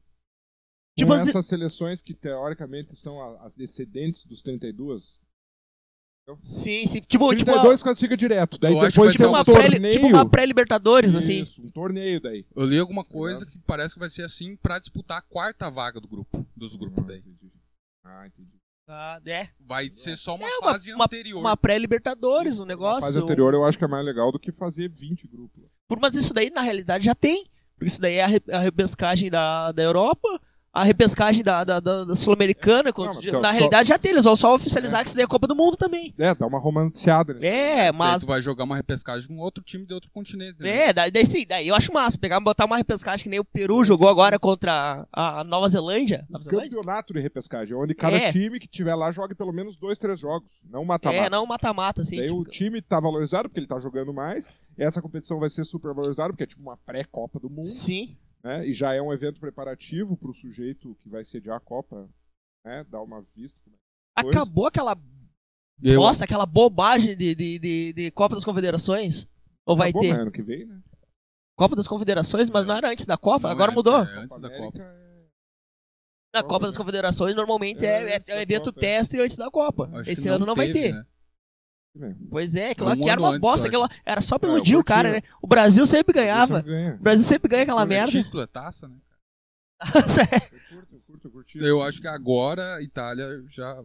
Speaker 3: Tipo
Speaker 2: com
Speaker 4: é
Speaker 3: as-
Speaker 2: essas seleções que teoricamente são a- as excedentes dos 32.
Speaker 3: Sim, sim. Tipo, tipo,
Speaker 2: 32 classifica direto. Daí
Speaker 4: Eu acho
Speaker 2: depois
Speaker 4: que
Speaker 2: tem
Speaker 3: tipo
Speaker 4: vai
Speaker 2: um
Speaker 4: ser
Speaker 3: uma pré-
Speaker 2: torneio.
Speaker 3: tipo uma pré-libertadores, assim.
Speaker 2: Isso, um torneio daí.
Speaker 4: Eu li alguma coisa que parece que vai ser assim pra disputar a quarta vaga do grupo, dos grupos daí.
Speaker 2: Ah, entendi.
Speaker 3: Ah, é.
Speaker 4: Vai ser só uma,
Speaker 3: É uma-
Speaker 4: fase
Speaker 3: uma-
Speaker 4: anterior.
Speaker 3: Uma pré-libertadores, um
Speaker 2: Na fase
Speaker 3: negócio.
Speaker 2: anterior eu acho que é mais legal do que fazer 20 grupos.
Speaker 3: Por- Mas isso daí, na realidade, já tem. Porque isso daí é a, re- a repescagem da, da Europa, a repescagem da, da, da- da Sul-Americana. quando-
Speaker 2: mas então,
Speaker 3: na
Speaker 2: só-
Speaker 3: realidade, já tem. Eles vão só oficializar que isso daí é Copa do Mundo também.
Speaker 2: É, dá uma romanceada. nisso.
Speaker 3: É,
Speaker 4: Daí
Speaker 3: mas.
Speaker 4: tu vai jogar uma repescagem com outro time de outro continente. né?
Speaker 3: É, daí, daí sim, daí eu acho massa. Pegar, botar uma repescagem que nem o Peru jogou agora contra a a Nova Zelândia. Nova Zelândia?
Speaker 2: Campeonato de repescagem, onde cada
Speaker 3: É.
Speaker 2: time que tiver lá joga pelo menos dois, três jogos. Não mata-mata.
Speaker 3: É, não mata-mata, assim.
Speaker 2: Daí
Speaker 3: tipo-
Speaker 2: o time tá valorizado porque ele tá jogando mais. Essa competição vai ser super valorizada porque é tipo uma pré-Copa do Mundo,
Speaker 3: Sim.
Speaker 2: né? E já é um evento preparativo pro sujeito que vai sediar a Copa, né? Dar uma vista. Pois.
Speaker 3: Acabou aquela
Speaker 4: Eu,
Speaker 3: Nossa, aquela bobagem de, de, de, de Copa das Confederações? Ou vai
Speaker 2: Acabou,
Speaker 3: ter?
Speaker 2: né? Ano que vem, né?
Speaker 3: Copa das Confederações, mas não era antes da Copa,
Speaker 4: Não,
Speaker 3: agora
Speaker 4: é-
Speaker 3: mudou.
Speaker 4: é antes da Copa.
Speaker 2: América é-
Speaker 3: Na
Speaker 2: Copa,
Speaker 3: Copa das
Speaker 2: né?
Speaker 3: Confederações, normalmente
Speaker 2: É,
Speaker 3: é, é,
Speaker 2: antes
Speaker 3: é
Speaker 2: da
Speaker 3: evento
Speaker 2: Copa, é.
Speaker 3: teste antes da Copa.
Speaker 4: acho
Speaker 3: Esse
Speaker 4: que
Speaker 3: ano
Speaker 4: não
Speaker 3: não vai
Speaker 4: teve,
Speaker 3: ter.
Speaker 4: né?
Speaker 3: Pois é, aquilo
Speaker 4: É um
Speaker 3: lá que era
Speaker 4: ano
Speaker 3: uma
Speaker 4: antes,
Speaker 3: bosta,
Speaker 4: eu
Speaker 3: aquilo lá era só pra
Speaker 2: É,
Speaker 3: iludir
Speaker 2: eu
Speaker 3: o cara, né?
Speaker 2: curti.
Speaker 3: O Brasil sempre ganhava.
Speaker 2: Ganha.
Speaker 3: O Brasil sempre ganha aquela
Speaker 4: Não é
Speaker 3: merda.
Speaker 4: título, é taça, né?
Speaker 2: Eu curto, eu curto. curto, eu curti.
Speaker 4: Eu acho que agora a Itália já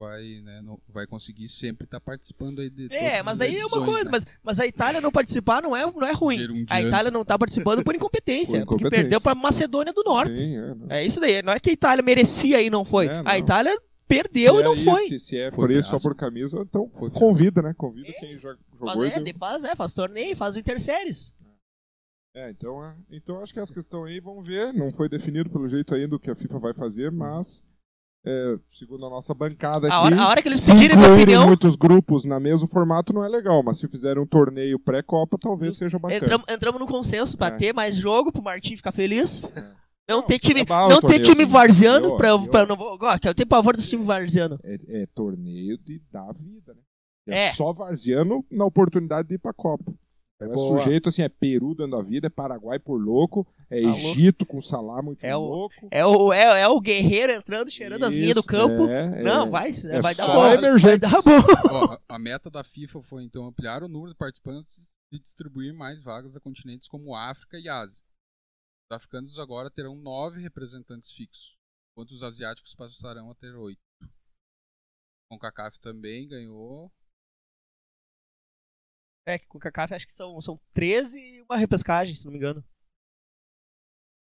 Speaker 4: vai, né, não- vai conseguir sempre estar participando aí de todas
Speaker 3: É,
Speaker 4: as
Speaker 3: mas daí é uma
Speaker 4: edições,
Speaker 3: coisa,
Speaker 4: né? um
Speaker 3: mas, mas a Itália não participar não é, não é ruim.
Speaker 4: Gerundiante.
Speaker 3: A Itália não tá participando por incompetência,
Speaker 2: Por
Speaker 3: porque
Speaker 2: incompetência.
Speaker 3: perdeu pra Macedônia do Norte.
Speaker 2: Sim, é, não.
Speaker 3: É isso daí, não é que a Itália merecia e não foi.
Speaker 2: É, não.
Speaker 3: A Itália perdeu e
Speaker 2: Se
Speaker 3: não
Speaker 2: é
Speaker 3: foi.
Speaker 2: isso, Se é
Speaker 4: Foi
Speaker 2: por isso, só
Speaker 4: fraco.
Speaker 2: por camisa, então
Speaker 4: Foi fraco.
Speaker 2: convida, né? Convida quem já
Speaker 3: Mas
Speaker 2: jogou. e
Speaker 3: é,
Speaker 2: deu-
Speaker 3: de- faz, é, faz torneio, faz interséries.
Speaker 2: É, então, é- então acho que essa questão aí, vamos ver. Não foi definido pelo jeito ainda o que a FIFA vai fazer, mas é, segundo a nossa bancada
Speaker 3: A
Speaker 2: aqui,
Speaker 3: hora, a hora que eles
Speaker 2: se
Speaker 3: pedirem minha
Speaker 2: incluírem
Speaker 3: opinião,
Speaker 2: muitos grupos na mesmo formato não é legal, mas se fizerem um torneio pré-copa, talvez
Speaker 3: É,
Speaker 2: seja bacana.
Speaker 3: entramos, entramos num consenso pra
Speaker 2: É.
Speaker 3: ter mais jogo, pro Martim ficar feliz. Não,
Speaker 2: Não,
Speaker 3: ter time,
Speaker 2: acabar o
Speaker 3: não ter
Speaker 2: torneio,
Speaker 3: time
Speaker 2: assim,
Speaker 3: varziano
Speaker 2: pior,
Speaker 3: pra,
Speaker 2: pior.
Speaker 3: pra não vou, ó, que eu tenho pavor dos times varziano.
Speaker 2: É, é torneio de dar vida, né? É,
Speaker 3: É.
Speaker 2: só varziano na oportunidade de ir pra Copa. Então é
Speaker 1: Boa.
Speaker 2: sujeito assim, é Peru dando a vida, é Paraguai por louco, é
Speaker 3: Tá
Speaker 2: Egito com Salá muito
Speaker 3: É o-
Speaker 2: louco.
Speaker 3: É o, é, é o guerreiro entrando, cheirando as linhas do
Speaker 2: Isso,
Speaker 3: campo.
Speaker 2: é, é.
Speaker 3: Não, vai,
Speaker 2: É
Speaker 3: vai dar
Speaker 2: só
Speaker 3: bom. Vai
Speaker 2: emergentes.
Speaker 3: dar bom.
Speaker 4: Ó, a a meta da FIFA foi então ampliar o número de participantes e distribuir mais vagas a continentes como África e Ásia. Os africanos agora terão nove representantes fixos, enquanto os asiáticos passarão a ter oito. O CACAF também ganhou.
Speaker 3: É, que com o CACAF acho que são, são 13 e uma repescagem, se não me engano.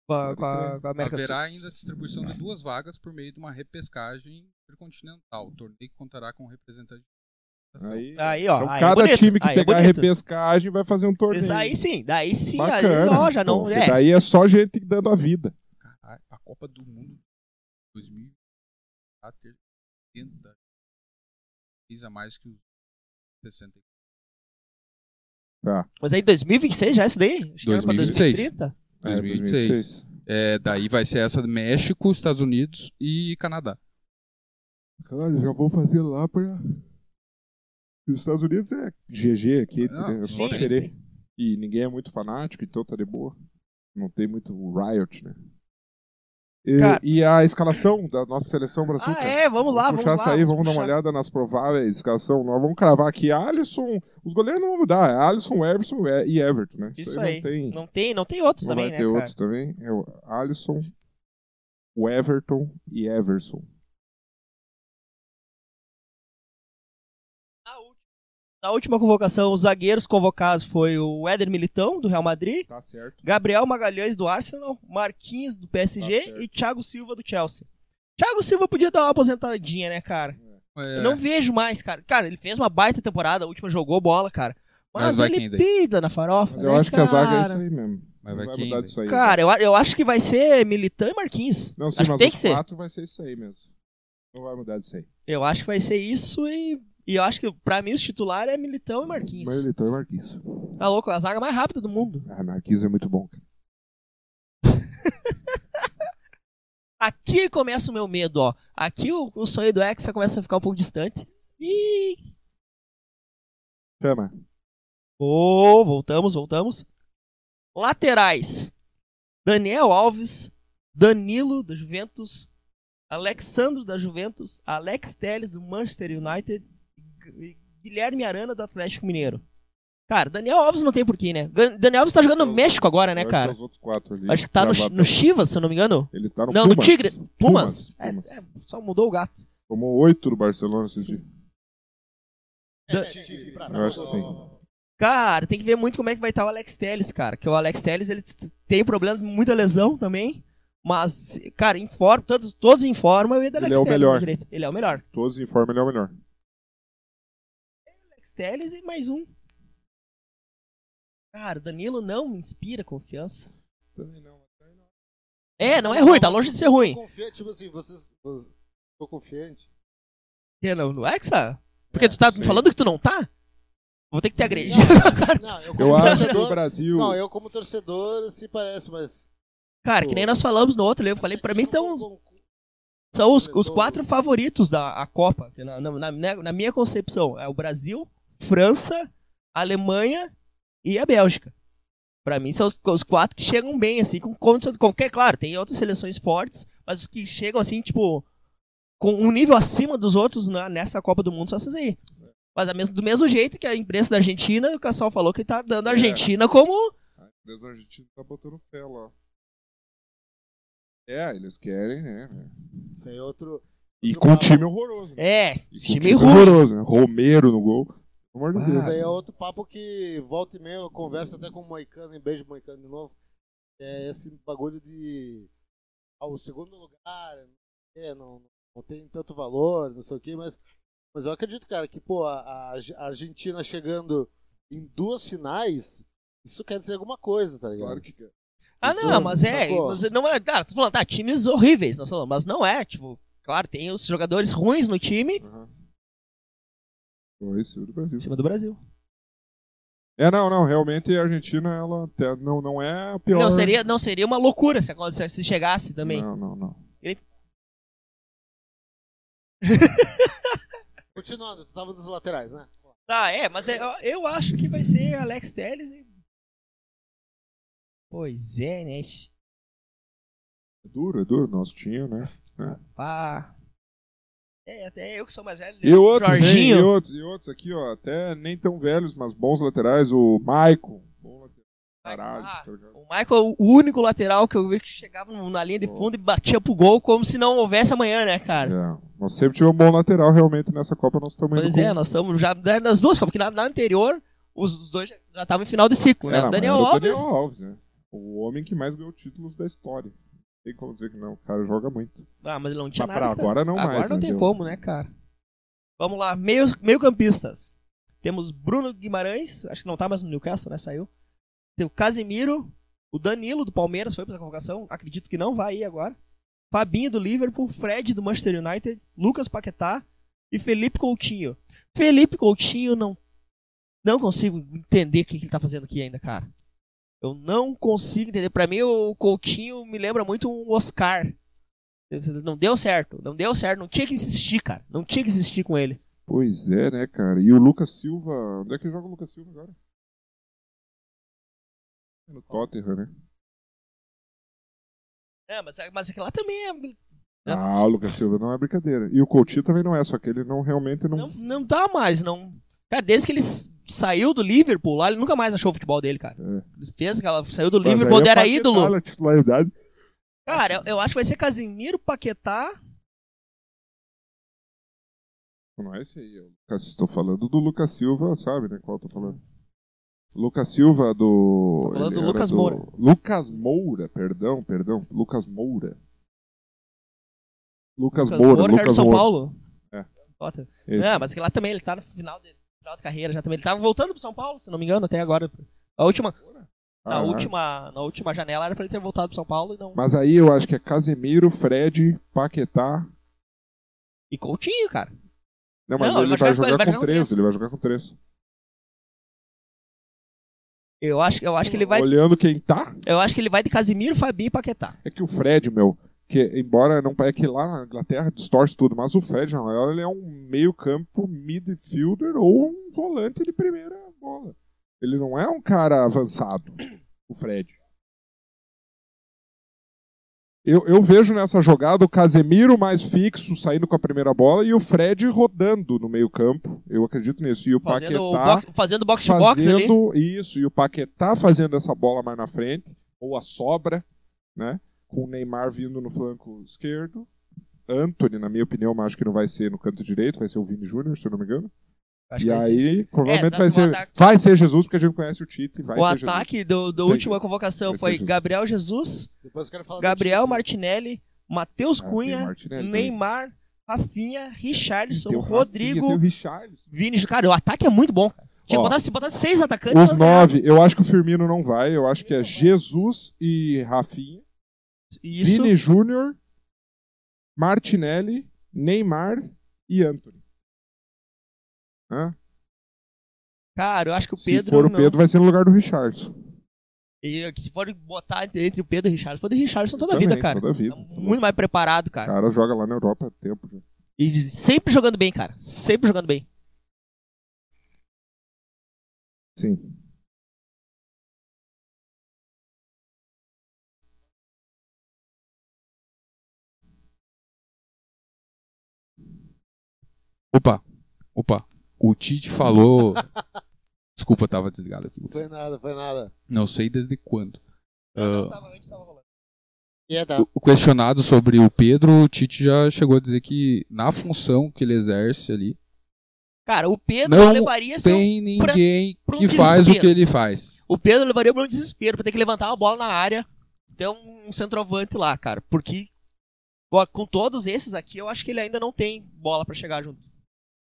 Speaker 3: Com a, com a- com a América do Sul.
Speaker 4: Haverá ainda a distribuição de duas vagas por meio de uma repescagem intercontinental. O torneio contará com um representante de
Speaker 2: Aí,
Speaker 3: Aí, ó.
Speaker 2: então,
Speaker 3: aí é
Speaker 2: cada
Speaker 3: bonito,
Speaker 2: time que
Speaker 3: aí é
Speaker 2: pegar a
Speaker 3: bonito.
Speaker 2: repescagem vai fazer um torneio.
Speaker 3: Mas Aí sim, daí sim, aí
Speaker 2: Bacana.
Speaker 3: ó, já não.
Speaker 2: Pô,
Speaker 3: é.
Speaker 2: Daí é só gente dando a vida.
Speaker 4: Caralho, a Copa do Mundo 2004 80 fez a tá? mais que os 60.
Speaker 3: Mas aí 2026 já é isso daí? Acho que era pra
Speaker 4: 2026.
Speaker 3: 2030.
Speaker 2: É,
Speaker 4: 2026. É, daí vai ser essa do México, Estados Unidos e Canadá.
Speaker 2: Cara, já vou fazer lá pra. Os Estados Unidos é GG
Speaker 3: Ah,
Speaker 2: aqui,
Speaker 4: Não,
Speaker 2: é só
Speaker 4: sim.
Speaker 2: querer. E ninguém é muito fanático, então tá de boa. Não tem muito riot, né? E,
Speaker 3: Cara-
Speaker 2: e a escalação da nossa seleção brasileira.
Speaker 3: Ah, é, vamos lá, vamos
Speaker 2: puxar
Speaker 3: lá.
Speaker 2: essa aí, vamos dar uma
Speaker 3: puxar.
Speaker 2: olhada nas prováveis escalação. Nós vamos cravar aqui Alisson. Os goleiros não vão mudar. É Alisson, Everson e Everton, né?
Speaker 3: Isso aí.
Speaker 2: Não tem,
Speaker 3: Não tem, não tem outros
Speaker 2: não
Speaker 3: também,
Speaker 2: vai
Speaker 3: né,
Speaker 2: ter
Speaker 3: cara?
Speaker 2: outros também. É o Alisson, o Everton e Everson.
Speaker 3: Na última- Na última convocação, os zagueiros convocados foi o Éder Militão, do Real Madrid,
Speaker 2: Tá certo.
Speaker 3: Gabriel Magalhães, do Arsenal, Marquinhos, do
Speaker 2: Tá
Speaker 3: PSG
Speaker 2: certo.
Speaker 3: e Thiago Silva, do Chelsea. Thiago Silva podia dar uma aposentadinha, né, cara?
Speaker 4: É,
Speaker 3: Eu não vejo mais, cara. Cara, ele fez uma baita temporada, a última jogou bola, cara. Mas,
Speaker 4: Mas vai
Speaker 3: ele
Speaker 4: quem daí?
Speaker 3: pida na farofa.
Speaker 2: Mas eu
Speaker 3: né,
Speaker 2: acho que a zaga é
Speaker 3: cara?
Speaker 2: isso aí mesmo.
Speaker 4: Mas
Speaker 2: não
Speaker 4: vai
Speaker 2: vai
Speaker 4: quem,
Speaker 2: mudar
Speaker 4: velho?
Speaker 2: disso aí.
Speaker 3: Cara, eu, a- eu acho que vai ser Militão e Marquinhos.
Speaker 2: não, sim,
Speaker 3: acho que
Speaker 2: mas
Speaker 3: tem
Speaker 2: os
Speaker 3: que ser.
Speaker 2: quatro vai ser isso aí mesmo. Não vai mudar disso aí.
Speaker 3: Eu acho que vai ser isso e. E eu acho que, pra mim, os titulares é Militão e Marquinhos.
Speaker 2: Mas ele tá é Marquinhos.
Speaker 3: Tá louco? A zaga mais rápida do mundo.
Speaker 2: Ah, Marquinhos é muito bom. cara.
Speaker 3: Aqui começa o meu medo, ó. Aqui o, o sonho do Hexa começa a ficar um pouco distante. E.
Speaker 2: Chama.
Speaker 3: Ô, voltamos, voltamos. Laterais: Daniel Alves, Danilo da Juventus, Alexandro da Juventus, Alex Telles do Manchester United e Guilherme Arana do Atlético Mineiro. Cara, Daniel Alves não tem porquê, né? Gan- Daniel Alves tá jogando no México agora, né,
Speaker 2: Eu acho que é
Speaker 3: cara?
Speaker 2: Os outros quatro ali,
Speaker 3: Acho que tá no,
Speaker 2: cravado.
Speaker 3: no Chivas, se eu não me engano.
Speaker 2: Ele tá no
Speaker 3: Não, no
Speaker 2: Pumas.
Speaker 3: Tigre. Pumas. É,
Speaker 2: Pumas.
Speaker 3: é, só mudou o gato.
Speaker 2: Tomou oito do Barcelona esse
Speaker 3: Sim.
Speaker 2: dia.
Speaker 3: Dan-
Speaker 2: Eu acho que sim.
Speaker 3: Cara, tem que ver muito como é que vai estar o Alex Telles, cara. Que o Alex Telles, ele t- tem problema com muita lesão também. Mas, cara, informa, todos, todos informam e o do
Speaker 2: Ele
Speaker 3: Alex
Speaker 2: é o
Speaker 3: Telles
Speaker 2: melhor.
Speaker 3: na direita. Ele é o melhor.
Speaker 2: Todos em forma, ele é o melhor.
Speaker 3: Alex Telles e mais um. Cara, o Danilo não me inspira confiança.
Speaker 2: Também não.
Speaker 3: É, não é ruim, tá longe de ser ruim.
Speaker 1: Confia, tipo assim, vocês. vocês- Tô confiante.
Speaker 3: Quê, É, Não, no Hexa? Porque tu tá me
Speaker 2: É, sim.
Speaker 3: falando que tu não tá? Vou ter que te agredir.
Speaker 1: Não, eu,
Speaker 2: Eu
Speaker 1: como
Speaker 2: acho que o
Speaker 1: torcedor,
Speaker 2: tá Brasil.
Speaker 1: Não, eu como torcedor se parece, mas.
Speaker 3: Cara, que nem nós falamos no outro, eu falei, pra mim então, são, são os, os quatro favoritos da a Copa, que na, na- na- na minha concepção. É o Brasil, França, Alemanha e a Bélgica. Pra mim são os, os quatro que chegam bem, assim, com condição de qualquer. Claro, tem outras seleções fortes, mas os que chegam, assim, tipo, com um nível acima dos outros na- nessa Copa do Mundo são essas aí. Mas da mes- do mesmo jeito que a imprensa da Argentina, o Cassol falou que tá dando a
Speaker 2: É.
Speaker 3: Argentina como.
Speaker 2: A empresa argentina tá botando fé lá. É, eles querem, né?
Speaker 1: Isso aí é outro.
Speaker 2: E
Speaker 1: Outro
Speaker 2: com um
Speaker 1: papo.
Speaker 2: time horroroso. né?
Speaker 3: É,
Speaker 2: E com um
Speaker 3: time ruim. Ah,
Speaker 2: horroroso, né? Romero no gol. Pelo amor de Deus.
Speaker 1: Isso aí é outro papo que volta e meia eu converso até com o Moicano, em beijo Moicano de novo. É esse bagulho de. Ah, o segundo lugar é, não, não tem tanto valor, não sei o quê, mas, mas eu acredito, cara, que pô, a, a Arge- a Argentina chegando em duas finais, isso quer dizer alguma coisa, tá ligado?
Speaker 2: É Claro que quer.
Speaker 3: Ah,
Speaker 1: Isso,
Speaker 3: não, mas é.
Speaker 1: sacou?
Speaker 3: Mas não é cara, tu falando, tá, times horríveis, nós falamos, mas não é, tipo, claro, tem os jogadores ruins no time
Speaker 2: Foi isso do Brasil.
Speaker 3: em cima do Brasil.
Speaker 2: É, não, não. Realmente a Argentina, ela até não, não é a pior.
Speaker 3: Não seria, não seria uma loucura se acontecesse, se chegasse também.
Speaker 2: Não, não, não. é.
Speaker 1: Continuando, tu tava nos laterais, né?
Speaker 3: Tá, é, mas é- eu, eu acho que vai ser Alex Telles e. Pois é, né?
Speaker 2: É duro, é duro. Nosso time, né?
Speaker 3: Pá. É, até eu que sou mais velho.
Speaker 2: E outros, hein?
Speaker 3: Jorginho.
Speaker 2: e outros, e outros aqui, ó. Até nem tão velhos, mas bons laterais. O Maicon. Bom lateral. Caralho.
Speaker 3: Ah,
Speaker 2: tá ligado?
Speaker 3: O Michael, o único lateral que eu vi que chegava na linha de fundo e batia pro gol como se não houvesse amanhã, né, cara?
Speaker 2: É, Nós sempre tivemos um bom lateral, realmente, nessa Copa. Nós estamos
Speaker 3: Pois
Speaker 2: indo
Speaker 3: é,
Speaker 2: com...
Speaker 3: nós estamos já nas duas, porque na, na anterior os, os dois já já estavam em final de ciclo, né?
Speaker 2: Era,
Speaker 3: O Daniel
Speaker 2: É, mas era
Speaker 3: Alves.
Speaker 2: O Daniel Alves, né? O homem que mais ganhou títulos da história. Não tem como dizer que não. O cara joga muito.
Speaker 3: Ah, mas ele não tinha
Speaker 2: Mas
Speaker 3: nada.
Speaker 2: pra
Speaker 3: pra-
Speaker 2: agora não
Speaker 3: Agora
Speaker 2: mais.
Speaker 3: não
Speaker 2: né,
Speaker 3: tem
Speaker 2: deu?
Speaker 3: como, né, cara? Vamos lá, meio, meio campistas. Temos Bruno Guimarães, acho que não tá mais no Newcastle, né? Saiu. Tem o Casimiro, o Danilo do Palmeiras foi pra convocação, acredito que não vai ir agora. Fabinho do Liverpool, Fred do Manchester United, Lucas Paquetá e Felipe Coutinho. Felipe Coutinho não não consigo entender o que que ele tá fazendo aqui ainda, cara. Eu não consigo entender. Pra mim o Coutinho me lembra muito um Oscar. Não deu certo, não deu certo, não tinha que insistir, cara. Não tinha que insistir com ele.
Speaker 2: Pois é, né, cara? E o Lucas Silva. Onde é que joga o Lucas Silva agora? É No Tottenham, né?
Speaker 3: É, mas, mas aquele lá também é- É.
Speaker 2: Ah, o Lucas Silva não é brincadeira. E o Coutinho também não é, só que ele não realmente não.
Speaker 3: não, não dá mais, não. Cara, desde que ele s- saiu do Liverpool lá, ele nunca mais achou o futebol dele, cara.
Speaker 2: É.
Speaker 3: Ele fez aquela. Saiu do
Speaker 2: Mas
Speaker 3: Liverpool,
Speaker 2: aí
Speaker 3: onde
Speaker 2: é
Speaker 3: era
Speaker 2: Paquetá
Speaker 3: ídolo.
Speaker 2: na titularidade.
Speaker 3: Cara, eu, eu acho que vai ser Casimiro, Paquetá.
Speaker 2: Não é esse aí, é o Lucas. Estou falando do Lucas Silva, sabe, né? Qual eu tô falando? Lucas Silva do.
Speaker 3: Tô falando
Speaker 2: ele
Speaker 3: do
Speaker 2: era
Speaker 3: Lucas Moura.
Speaker 2: Lucas Moura, perdão, perdão. Lucas Moura. Lucas,
Speaker 3: Lucas
Speaker 2: Moura,
Speaker 3: Moura, cara do
Speaker 2: Lucas
Speaker 3: São
Speaker 2: Moura.
Speaker 3: Paulo.
Speaker 2: É.
Speaker 3: Bota.
Speaker 2: Esse.
Speaker 3: Não, mas aquele lá também, ele tá no final de, final de carreira já também. Ele tava voltando pro São Paulo, se não me engano, até agora. A última, na,
Speaker 2: Ah,
Speaker 3: última, na última janela era pra ele ter voltado pro São Paulo e não.
Speaker 2: Mas aí eu acho que é Casemiro, Fred, Paquetá.
Speaker 3: E Coutinho, cara.
Speaker 2: Não, mas
Speaker 3: Não,
Speaker 2: ele, vai jogar,
Speaker 3: ele vai
Speaker 2: com,
Speaker 3: jogar com
Speaker 2: três,
Speaker 3: três.
Speaker 2: ele vai jogar com três.
Speaker 3: Eu acho, eu acho que ele vai.
Speaker 2: Olhando quem tá,
Speaker 3: Eu acho que ele vai de Casimiro, Fabinho e Paquetá.
Speaker 2: é que o Fred, meu, que embora não é que lá na Inglaterra distorce tudo, mas o Fred, na real, ele é um meio-campo midfielder ou um volante de primeira bola. Ele não é um cara avançado, o Fred. Eu, eu vejo nessa jogada o Casemiro mais fixo saindo com a primeira bola e o Fred rodando no meio-campo. Eu acredito nisso. E o
Speaker 3: Fazendo o
Speaker 2: Paquetá
Speaker 3: box, fazendo box to box ali.
Speaker 2: fazendo isso e o Paquetá fazendo essa bola mais na frente ou a sobra, né? Com o Neymar vindo no flanco esquerdo, Anthony, na minha opinião, mas acho que não vai ser no canto direito, vai ser o Vini Júnior, se eu não me engano.
Speaker 3: Acho
Speaker 2: e
Speaker 3: que vai ser.
Speaker 2: aí, provavelmente
Speaker 3: tá
Speaker 2: vai
Speaker 3: no
Speaker 2: ser,
Speaker 3: ataque.
Speaker 2: vai ser Jesus, porque a gente conhece o Tite, vai
Speaker 3: o
Speaker 2: ser Jesus.
Speaker 3: ataque do, do
Speaker 2: Tem
Speaker 3: última convocação
Speaker 2: Vai ser
Speaker 3: foi
Speaker 2: justo.
Speaker 3: Gabriel Jesus,
Speaker 1: Depois eu quero falar do
Speaker 3: Gabriel
Speaker 1: time.
Speaker 3: Martinelli, Matheus
Speaker 2: Ah, tem o
Speaker 3: Cunha,
Speaker 2: Martinelli também.
Speaker 3: Neymar, Rafinha, Richardson,
Speaker 2: Tem o Rafinha, tem o
Speaker 3: Rodrigo,
Speaker 2: Richarlison.
Speaker 3: Vini. Cara, o ataque é muito bom. cara. Tinha que
Speaker 2: Ó,
Speaker 3: botar, se botar seis atacantes.
Speaker 2: Os
Speaker 3: nós ganhávamos.
Speaker 2: nove, eu acho que o Firmino não vai, eu acho que é Jesus e Rafinha,
Speaker 3: Isso.
Speaker 2: Vini Júnior, Martinelli, Neymar e Anthony. Hã?
Speaker 3: Cara, eu acho que o Pedro.
Speaker 2: Se for o
Speaker 3: não.
Speaker 2: Pedro, vai ser no lugar do Richardson.
Speaker 3: E se for botar entre o Pedro e o Richardson, foi do Richardson toda a
Speaker 2: Também,
Speaker 3: vida, cara.
Speaker 2: Toda a vida.
Speaker 3: Tá muito mais preparado,
Speaker 2: O
Speaker 3: cara.
Speaker 2: cara joga lá na Europa há tempo. já.
Speaker 3: E sempre jogando bem, cara. Sempre jogando bem.
Speaker 2: Sim.
Speaker 4: Opa, opa. O Tite falou. Desculpa, tava desligado aqui.
Speaker 1: Foi nada, foi nada.
Speaker 4: Não sei desde quando. Ah,
Speaker 3: tava, antes tava rolando.
Speaker 1: É, tá.
Speaker 4: o- questionado sobre o Pedro, o Tite já chegou a dizer que na função que ele exerce ali,
Speaker 3: Cara, o Pedro
Speaker 4: Não
Speaker 3: levaria seu-
Speaker 4: tem
Speaker 3: pra-
Speaker 4: ninguém
Speaker 3: pra um
Speaker 4: que faz o que
Speaker 3: desespero.
Speaker 4: ele faz.
Speaker 3: O Pedro levaria pra um desespero, pra ter que levantar uma bola na área, ter um, um centroavante lá, cara. Porque ó, com todos esses aqui, eu acho que ele ainda não tem bola pra chegar junto.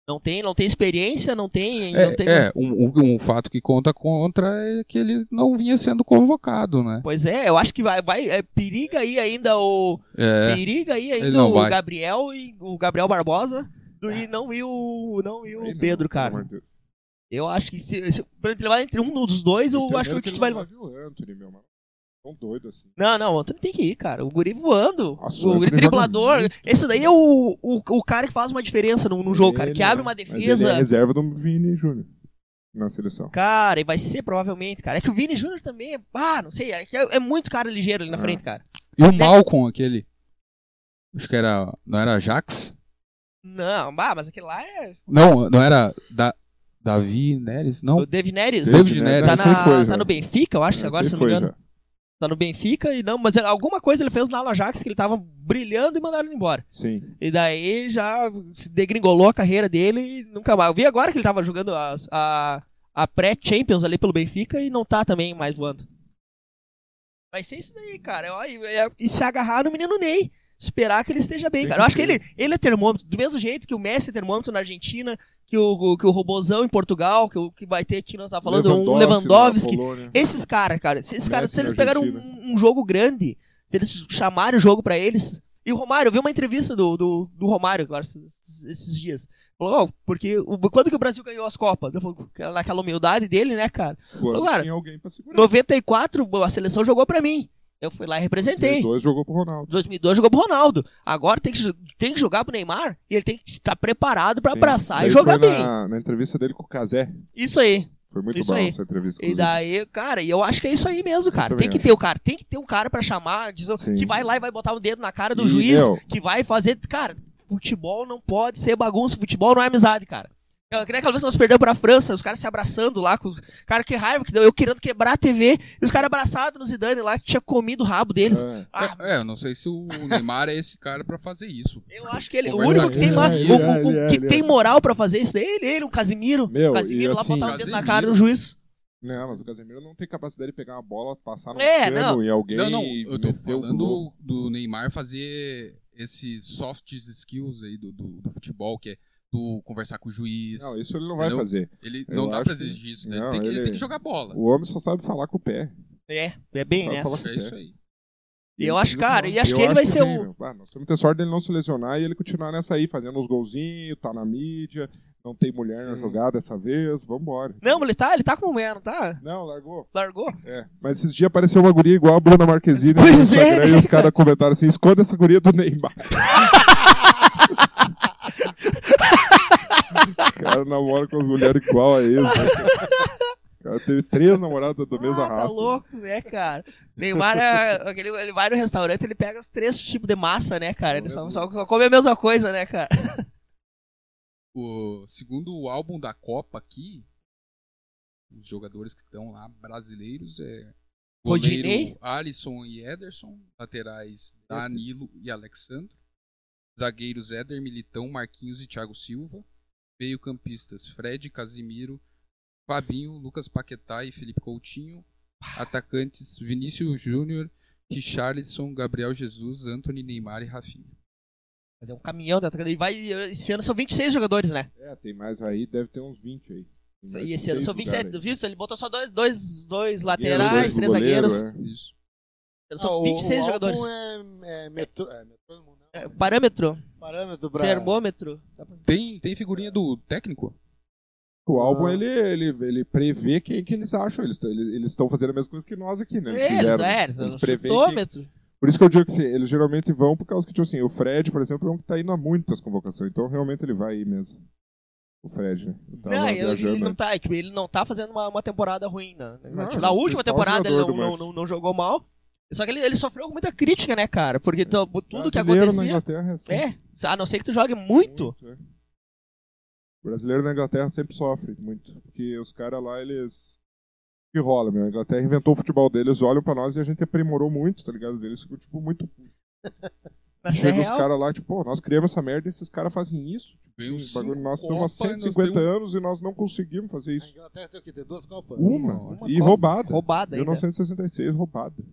Speaker 3: Não tem, não tem experiência, não tem, não tem.
Speaker 4: É, é, um, um- um fato que conta contra é que ele não vinha sendo convocado, né?
Speaker 3: Pois é, eu acho que vai, vai é, periga aí ainda o
Speaker 4: É,
Speaker 3: periga aí
Speaker 4: Ele
Speaker 3: ainda
Speaker 4: não
Speaker 3: o
Speaker 4: vai. É.
Speaker 3: Gabriel e o Gabriel Barbosa do- e não e o não e
Speaker 2: Aí
Speaker 3: o
Speaker 2: não,
Speaker 3: Pedro,
Speaker 2: pelo
Speaker 3: cara.
Speaker 2: amor de Deus.
Speaker 3: Eu acho que se, se pra ele levar entre um dos dois, eu
Speaker 2: Primeiro
Speaker 3: acho que o
Speaker 2: que ele
Speaker 3: Tite vai
Speaker 2: não
Speaker 3: levar.
Speaker 2: leva o Anthony, assim, meu mano. Tão doido assim.
Speaker 3: Não, não, o Antônio tem que ir, cara. O guri voando.
Speaker 2: Nossa,
Speaker 3: o
Speaker 2: o
Speaker 3: guri
Speaker 2: Antônio joga
Speaker 3: driblador.
Speaker 2: muito.
Speaker 3: Esse daí é o, o, o cara que faz uma diferença num, num jogo, cara. Que
Speaker 2: Ele-
Speaker 3: abre uma
Speaker 2: mas Ele é
Speaker 3: defesa.
Speaker 2: reserva do Vini Júnior na seleção.
Speaker 3: Cara, e vai ser provavelmente, cara. É que o Vini Júnior também é. Ah, não sei. É, que é- é muito cara ligeiro ali na
Speaker 2: É.
Speaker 3: frente, cara.
Speaker 4: e o Malcom, aquele. Acho que era. Não era Jax?
Speaker 3: Não, bah, mas aquele lá é.
Speaker 4: Não, não era da, Davi Neres? Não.
Speaker 3: O David Neres.
Speaker 4: David Neres.
Speaker 3: Tá,
Speaker 4: Esse
Speaker 3: na,
Speaker 2: Né? foi,
Speaker 3: tá
Speaker 2: já.
Speaker 3: no Benfica, eu acho,
Speaker 2: Esse
Speaker 3: agora,
Speaker 2: aí
Speaker 3: se eu não
Speaker 2: foi
Speaker 3: me engano.
Speaker 2: já.
Speaker 3: Tá no Benfica e não, mas é, alguma coisa ele fez na Alajax que ele tava brilhando e mandaram ele embora.
Speaker 2: Sim.
Speaker 3: E daí já se degringolou a carreira dele e nunca mais. Eu vi agora que ele tava jogando as- a, a pré-Champions ali pelo Benfica e não tá também mais voando. Vai ser isso daí, cara. Ó, E, e- e se agarrar no menino Ney. Esperar que ele esteja bem,
Speaker 2: Tem
Speaker 3: cara.
Speaker 2: que
Speaker 3: Eu acho que
Speaker 2: ser.
Speaker 3: ele, ele é termômetro. Do mesmo jeito que o Messi é termômetro na Argentina, que o, que o Robozão em Portugal, que, o, que vai ter aqui, nós tá falando, um Lewandowski.
Speaker 2: da Polônia.
Speaker 3: Esses caras, cara, se esses caras, se
Speaker 2: Messi
Speaker 3: eles
Speaker 2: na
Speaker 3: pegaram
Speaker 2: Argentina.
Speaker 3: um, um jogo grande, se eles chamarem o jogo pra eles. E o Romário, eu vi uma entrevista do, do, do Romário agora, esses, esses dias. Falou, "Ó, porque o- quando que o Brasil ganhou as Copas? Ele falou, naquela humildade dele, né, cara?
Speaker 2: Quando
Speaker 3: Agora,
Speaker 2: tinha alguém pra segurar.
Speaker 3: 94, a seleção jogou pra mim. Eu fui lá e representei.
Speaker 2: 2002 jogou pro Ronaldo.
Speaker 3: 2002 jogou pro Ronaldo. Agora tem que, jo- tem que jogar pro Neymar e ele tem que estar preparado pra
Speaker 2: Sim.
Speaker 3: abraçar
Speaker 2: Isso
Speaker 3: e
Speaker 2: aí
Speaker 3: jogar
Speaker 2: foi
Speaker 3: bem.
Speaker 2: Na, na entrevista dele com o Cazé.
Speaker 3: Isso aí.
Speaker 2: Foi muito
Speaker 3: Isso
Speaker 2: boa
Speaker 3: aí.
Speaker 2: essa entrevista.
Speaker 3: E
Speaker 2: inclusive.
Speaker 3: daí, cara, e eu acho que é isso aí mesmo, cara.
Speaker 2: também
Speaker 3: Tem que
Speaker 2: acho.
Speaker 3: ter o cara, tem que ter um cara pra chamar, dizer,
Speaker 2: Sim.
Speaker 3: que vai lá e vai botar o dedo na cara do
Speaker 2: E,
Speaker 3: juiz,
Speaker 2: meu,
Speaker 3: que vai fazer, cara, futebol não pode ser bagunça, futebol não é amizade, cara. Eu, que nem aquela vez que nós perdemos pra França, os caras se abraçando lá, com, os- cara, que raiva que deu, eu querendo quebrar a TV, e os caras abraçados no Zidane lá, que tinha comido o rabo deles.
Speaker 2: é,
Speaker 3: Ah,
Speaker 4: É, eu não sei se o Neymar é esse cara pra fazer isso.
Speaker 3: eu acho que ele, é o
Speaker 4: Conversa
Speaker 2: é,
Speaker 3: único que tem,
Speaker 4: com
Speaker 3: ma-
Speaker 4: ele,
Speaker 3: o- o-
Speaker 1: ele,
Speaker 3: o
Speaker 1: ele,
Speaker 3: que
Speaker 1: ele.
Speaker 3: tem moral pra fazer isso daí, ele, ele, o Casimiro,
Speaker 2: Meu,
Speaker 3: o
Speaker 2: e
Speaker 3: Casimiro lá
Speaker 2: assim-
Speaker 3: botar o dedo na
Speaker 4: Casimiro.
Speaker 3: cara do juiz.
Speaker 2: Não, mas o Casemiro não tem capacidade de pegar uma bola, passar no
Speaker 3: É,
Speaker 2: cano e alguém...
Speaker 4: Não, não, eu tô
Speaker 2: meter o gol.
Speaker 4: falando do Neymar fazer esses soft skills aí do, do, do futebol, que é tu conversar com o juiz.
Speaker 2: Não, isso ele não vai
Speaker 4: Entendeu?
Speaker 2: fazer.
Speaker 4: ele
Speaker 2: eu
Speaker 4: não dá
Speaker 2: acho
Speaker 4: pra
Speaker 2: que-
Speaker 4: exigir isso, né?
Speaker 2: não,
Speaker 4: ele, tem que, ele
Speaker 2: ele-
Speaker 4: tem que jogar bola.
Speaker 2: O homem só sabe falar com o pé.
Speaker 3: É, é bem
Speaker 2: Só pra
Speaker 3: nessa.
Speaker 2: falar-
Speaker 4: É isso aí.
Speaker 3: E
Speaker 2: Ele
Speaker 3: eu acho,
Speaker 2: precisa
Speaker 3: cara,
Speaker 2: falar.
Speaker 3: e acho
Speaker 2: Eu
Speaker 3: que ele vai ser
Speaker 2: vem,
Speaker 3: o.
Speaker 2: meu. Ah, nós temos que ter sorte dele não se lesionar e ele continuar nessa aí, fazendo os golzinhos, tá na mídia, não tem mulher na
Speaker 4: Sim.
Speaker 2: jogada dessa vez, vambora.
Speaker 3: Não, ele tá, ele tá com mulher, não tá?
Speaker 2: Não, largou.
Speaker 3: Largou.
Speaker 2: É. Mas esses dias apareceu uma guria igual a Bruna Marquezine no
Speaker 3: Pois é,
Speaker 2: Instagram
Speaker 3: né,
Speaker 2: e os caras comentaram assim: esconda essa guria do Neymar. o cara namora com as mulheres igual a ele. né? O cara teve três namoradas da mesma
Speaker 3: ah,
Speaker 2: raça.
Speaker 3: tá louco, né, cara? Neymar, é, aquele, ele vai no restaurante, ele pega os três tipos de massa, né, cara? Ele
Speaker 2: Uhum.
Speaker 3: só, só, só come a mesma coisa, né, cara?
Speaker 4: O segundo álbum da Copa aqui, os jogadores que estão lá brasileiros é
Speaker 3: Rodinei?
Speaker 4: goleiro Alisson e Ederson, laterais Danilo e Alexandre, zagueiros Éder, Militão, Marquinhos e Thiago Silva, meio-campistas Fred, Casimiro, Fabinho, Lucas Paquetá e Felipe Coutinho, atacantes Vinícius Júnior, Richarlison, Gabriel Jesus, Anthony Neymar e Rafinha.
Speaker 3: Mas é um caminhão da atacante. Ele vai. Esse ano são 26 jogadores, né?
Speaker 2: É, tem mais aí, deve ter uns 20 aí. Tem mais
Speaker 3: E esse ano
Speaker 2: seis
Speaker 3: são
Speaker 2: lugares
Speaker 3: 27. Viu? Ele botou só dois, dois, dois
Speaker 2: aí. Goleiro,
Speaker 3: laterais,
Speaker 2: dois
Speaker 3: três
Speaker 2: goleiro,
Speaker 3: zagueiros.
Speaker 2: é.
Speaker 4: Isso.
Speaker 3: São
Speaker 1: Não,
Speaker 3: 26
Speaker 1: Ah, o, o álbum
Speaker 3: jogadores.
Speaker 1: É, é metrô, é metrô, não, não,
Speaker 3: É, Parâmetro,
Speaker 1: parâmetro pra...
Speaker 3: termômetro.
Speaker 4: Tem, tem figurinha do técnico?
Speaker 2: O álbum,
Speaker 1: Ah.
Speaker 2: ele, ele, ele prevê quem que eles acham. Eles t- Eles eles estão fazendo a mesma coisa que nós aqui, né? Eles,
Speaker 3: Eles,
Speaker 2: fizeram.
Speaker 3: é, eles,
Speaker 2: Eles
Speaker 3: um
Speaker 2: preveem
Speaker 3: chutômetro.
Speaker 2: Por isso que eu digo que assim, eles geralmente vão por causa que, tipo assim, o Fred, por exemplo, é um que tá indo a muitas convocações. Então, realmente, ele vai aí mesmo. O Fred, né? Eu tava
Speaker 3: Não, ele, ele
Speaker 2: viajando.
Speaker 3: não tá, tipo, ele não tá fazendo uma, uma temporada ruim, né?
Speaker 2: Não,
Speaker 3: Tipo, na
Speaker 2: ele
Speaker 3: última
Speaker 2: fez
Speaker 3: temporada ele
Speaker 2: jogador
Speaker 3: não,
Speaker 2: do
Speaker 3: não,
Speaker 2: Manchester.
Speaker 3: não, não jogou mal. Só que ele, ele sofreu com muita crítica, né, cara? Porque tu- tudo que
Speaker 2: Brasileiro na
Speaker 3: acontecia.
Speaker 2: Inglaterra é assim.
Speaker 3: É, a não ser que tu jogue muito.
Speaker 2: é. O brasileiro na Inglaterra sempre sofre muito. Porque os caras lá, eles. que rola, meu. A Inglaterra inventou o futebol deles, olham pra nós e a gente aprimorou muito, tá ligado? Eles ficam, tipo, muito.
Speaker 3: Mas é
Speaker 2: Chega os
Speaker 3: real.
Speaker 2: caras lá, tipo, pô, nós criamos essa merda e esses caras fazem isso. Tipo,
Speaker 4: Veio
Speaker 2: assim,
Speaker 4: cinco
Speaker 2: bagulho, nós estamos há
Speaker 4: Copa e nós
Speaker 2: 150
Speaker 4: deu-
Speaker 2: anos e nós não conseguimos fazer
Speaker 1: A
Speaker 2: isso.
Speaker 1: Inglaterra tem o quê? Tem duas Copas?
Speaker 2: Uma,
Speaker 4: uma
Speaker 2: e
Speaker 3: Copa. né?
Speaker 2: roubada.
Speaker 3: Roubada ainda.
Speaker 2: 1966, roubada.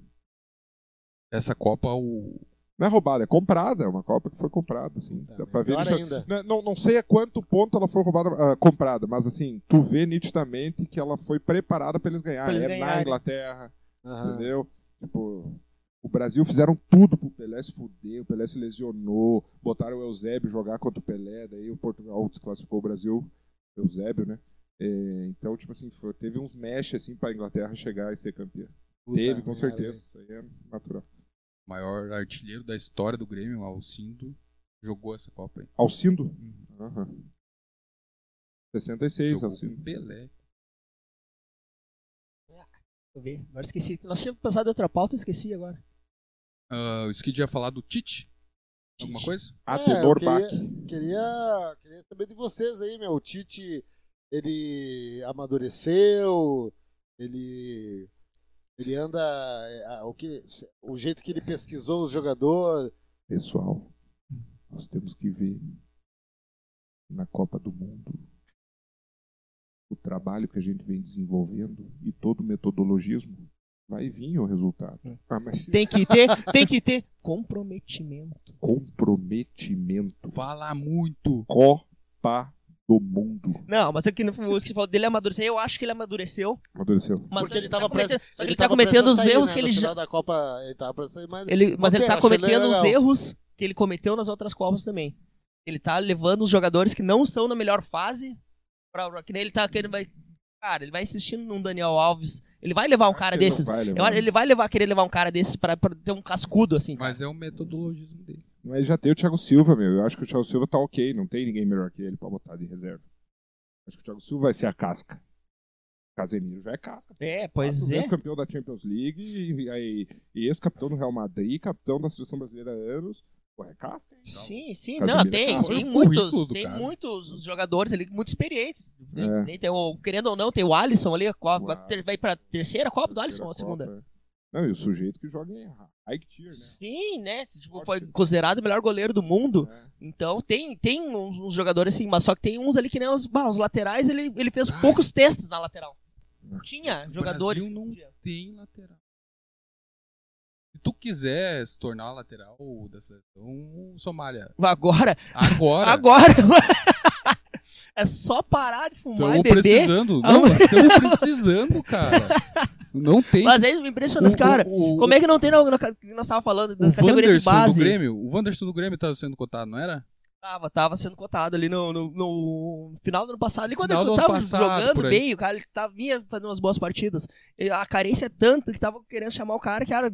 Speaker 4: Essa Copa, o.
Speaker 2: Não é roubada, é comprada. É uma Copa que foi comprada, assim.
Speaker 3: Tá,
Speaker 2: Dá pra ver.
Speaker 1: Pior
Speaker 2: nitida-
Speaker 1: Tá, ainda.
Speaker 2: Né, Não, não sei a quanto ponto ela foi roubada, ah, comprada, mas assim, tu vê nitidamente que ela foi preparada pra eles ganharem.
Speaker 3: Pra eles
Speaker 2: é na
Speaker 3: ganharem. Ah.
Speaker 2: Inglaterra,
Speaker 1: Aham.
Speaker 2: entendeu? Tipo, o Brasil fizeram tudo pro Pelé se fuder, o Pelé se lesionou, botaram o Eusébio jogar contra o Pelé, daí o Portugal desclassificou o Brasil, Eusébio, né? É, então, tipo assim, foi- teve uns mexe assim pra Inglaterra chegar e ser campeã.
Speaker 1: Puta
Speaker 2: teve, com
Speaker 1: merda.
Speaker 2: certeza, isso aí é natural.
Speaker 4: maior artilheiro da história do Grêmio, o Alcindo, jogou essa Copa aí.
Speaker 2: Alcindo?
Speaker 4: Uhum.
Speaker 2: Aham. 66,
Speaker 4: Jogou
Speaker 2: Alcindo.
Speaker 4: com Pelé.
Speaker 3: Deixa eu ver. Agora esqueci. Nós tínhamos pensado em outra pauta, eu esqueci agora.
Speaker 4: Ah, o Skid ia falar do Tite? Alguma coisa?
Speaker 1: eu
Speaker 2: Atenor
Speaker 1: queria-
Speaker 2: Bach.
Speaker 1: Queria, queria saber de vocês aí, meu. O Tite, ele amadureceu, ele ele anda é, a- o que o jeito que ele pesquisou os jogadores.
Speaker 2: Pessoal, nós temos que ver na Copa do Mundo o trabalho que a gente vem desenvolvendo e todo o metodologismo vai vir o resultado. Ah, mas
Speaker 3: Tem que ter, tem que ter comprometimento.
Speaker 2: comprometimento.
Speaker 4: Fala muito!
Speaker 2: Copa do Mundo.
Speaker 3: Não, mas aqui no o que falou dele amadurecer, eu acho que ele amadureceu.
Speaker 2: Amadureceu.
Speaker 3: Mas
Speaker 1: porque ele
Speaker 3: tá
Speaker 1: tava
Speaker 3: cometendo,
Speaker 1: prestes-
Speaker 3: só que ele, tá
Speaker 1: tava prestes
Speaker 3: cometendo
Speaker 1: a
Speaker 3: os
Speaker 1: sair,
Speaker 3: erros
Speaker 1: né,
Speaker 3: que
Speaker 1: no
Speaker 3: ele já
Speaker 1: final da Copa, ele tava pra sair, mas
Speaker 3: Ele, mas ele
Speaker 1: Pera,
Speaker 3: tá
Speaker 1: achei
Speaker 3: cometendo
Speaker 1: legal.
Speaker 3: os erros que ele cometeu nas outras Copas também. Ele tá levando os jogadores que não estão na melhor fase pra. Que nem ele tá. Que ele vai, cara, ele vai insistindo num Daniel Alves. Ele vai levar um cara
Speaker 2: Ele não
Speaker 3: desses.
Speaker 2: vai
Speaker 3: Eu
Speaker 2: levar.
Speaker 3: acho- Ele vai levar, querer levar um cara desses pra, pra ter um cascudo, assim. cara.
Speaker 4: Mas é o metodologismo dele.
Speaker 2: Mas já tem o Thiago Silva, meu. Eu acho que o Thiago Silva tá ok. Não tem ninguém melhor que ele pra botar de reserva. Acho que o Thiago Silva vai ser a casca. Casemiro já é casca.
Speaker 3: É, pois
Speaker 2: Quatro
Speaker 3: é.
Speaker 2: vezes campeão da Champions League e, e- e ex-capitão do Real Madrid, capitão da seleção brasileira há anos. Pô, é casca, hein?
Speaker 3: Sim, sim.
Speaker 2: Casemiro
Speaker 3: Não,
Speaker 2: é
Speaker 3: tem,
Speaker 2: caro.
Speaker 3: tem
Speaker 4: Olha o
Speaker 3: muitos,
Speaker 4: currículo do
Speaker 3: tem
Speaker 4: cara.
Speaker 3: muitos jogadores ali, muito experientes. Nem-
Speaker 2: É.
Speaker 3: nem tem o- querendo ou não, tem o Alisson ali, a Copa-
Speaker 2: Uau.
Speaker 3: ter- vai pra terceira Copa do Alisson ou a segunda?
Speaker 2: Copa. é. Não, e o sujeito que joga em high tier, né?
Speaker 3: Sim, né? Tipo,
Speaker 2: Forte.
Speaker 3: foi considerado o melhor goleiro do mundo.
Speaker 2: É.
Speaker 3: Então tem, tem uns uns jogadores assim, mas só que tem uns ali que nem os, bah, os laterais, ele, ele fez poucos testes na lateral. Tinha jogadores.
Speaker 4: Brasil não-
Speaker 3: que podia.
Speaker 4: Tem lateral. Se tu quiser se tornar lateral da seleção, Somália.
Speaker 3: Agora,
Speaker 4: Agora!
Speaker 3: agora. é só parar de fumar e
Speaker 4: Estamos
Speaker 3: beber. Ah,
Speaker 4: precisando. Não, estamos precisando, cara. Não tem.
Speaker 3: Mas é impressionante, cara.
Speaker 4: o,
Speaker 3: Como é que não tem na, na, que nós tava falando da
Speaker 4: o
Speaker 3: categoria de
Speaker 4: Wanderson
Speaker 3: base?
Speaker 4: do Grêmio? O Wanderson do Grêmio tava sendo cotado, não era?
Speaker 3: Tava, tava sendo cotado ali no, no, no final do ano passado. Ali quando
Speaker 4: Final do
Speaker 3: ele
Speaker 4: ano
Speaker 3: tava
Speaker 4: passado,
Speaker 3: jogando
Speaker 4: por aí.
Speaker 3: bem, o cara ele tava, vinha fazendo umas boas partidas. E A carência é tanto que tava querendo chamar o cara que era.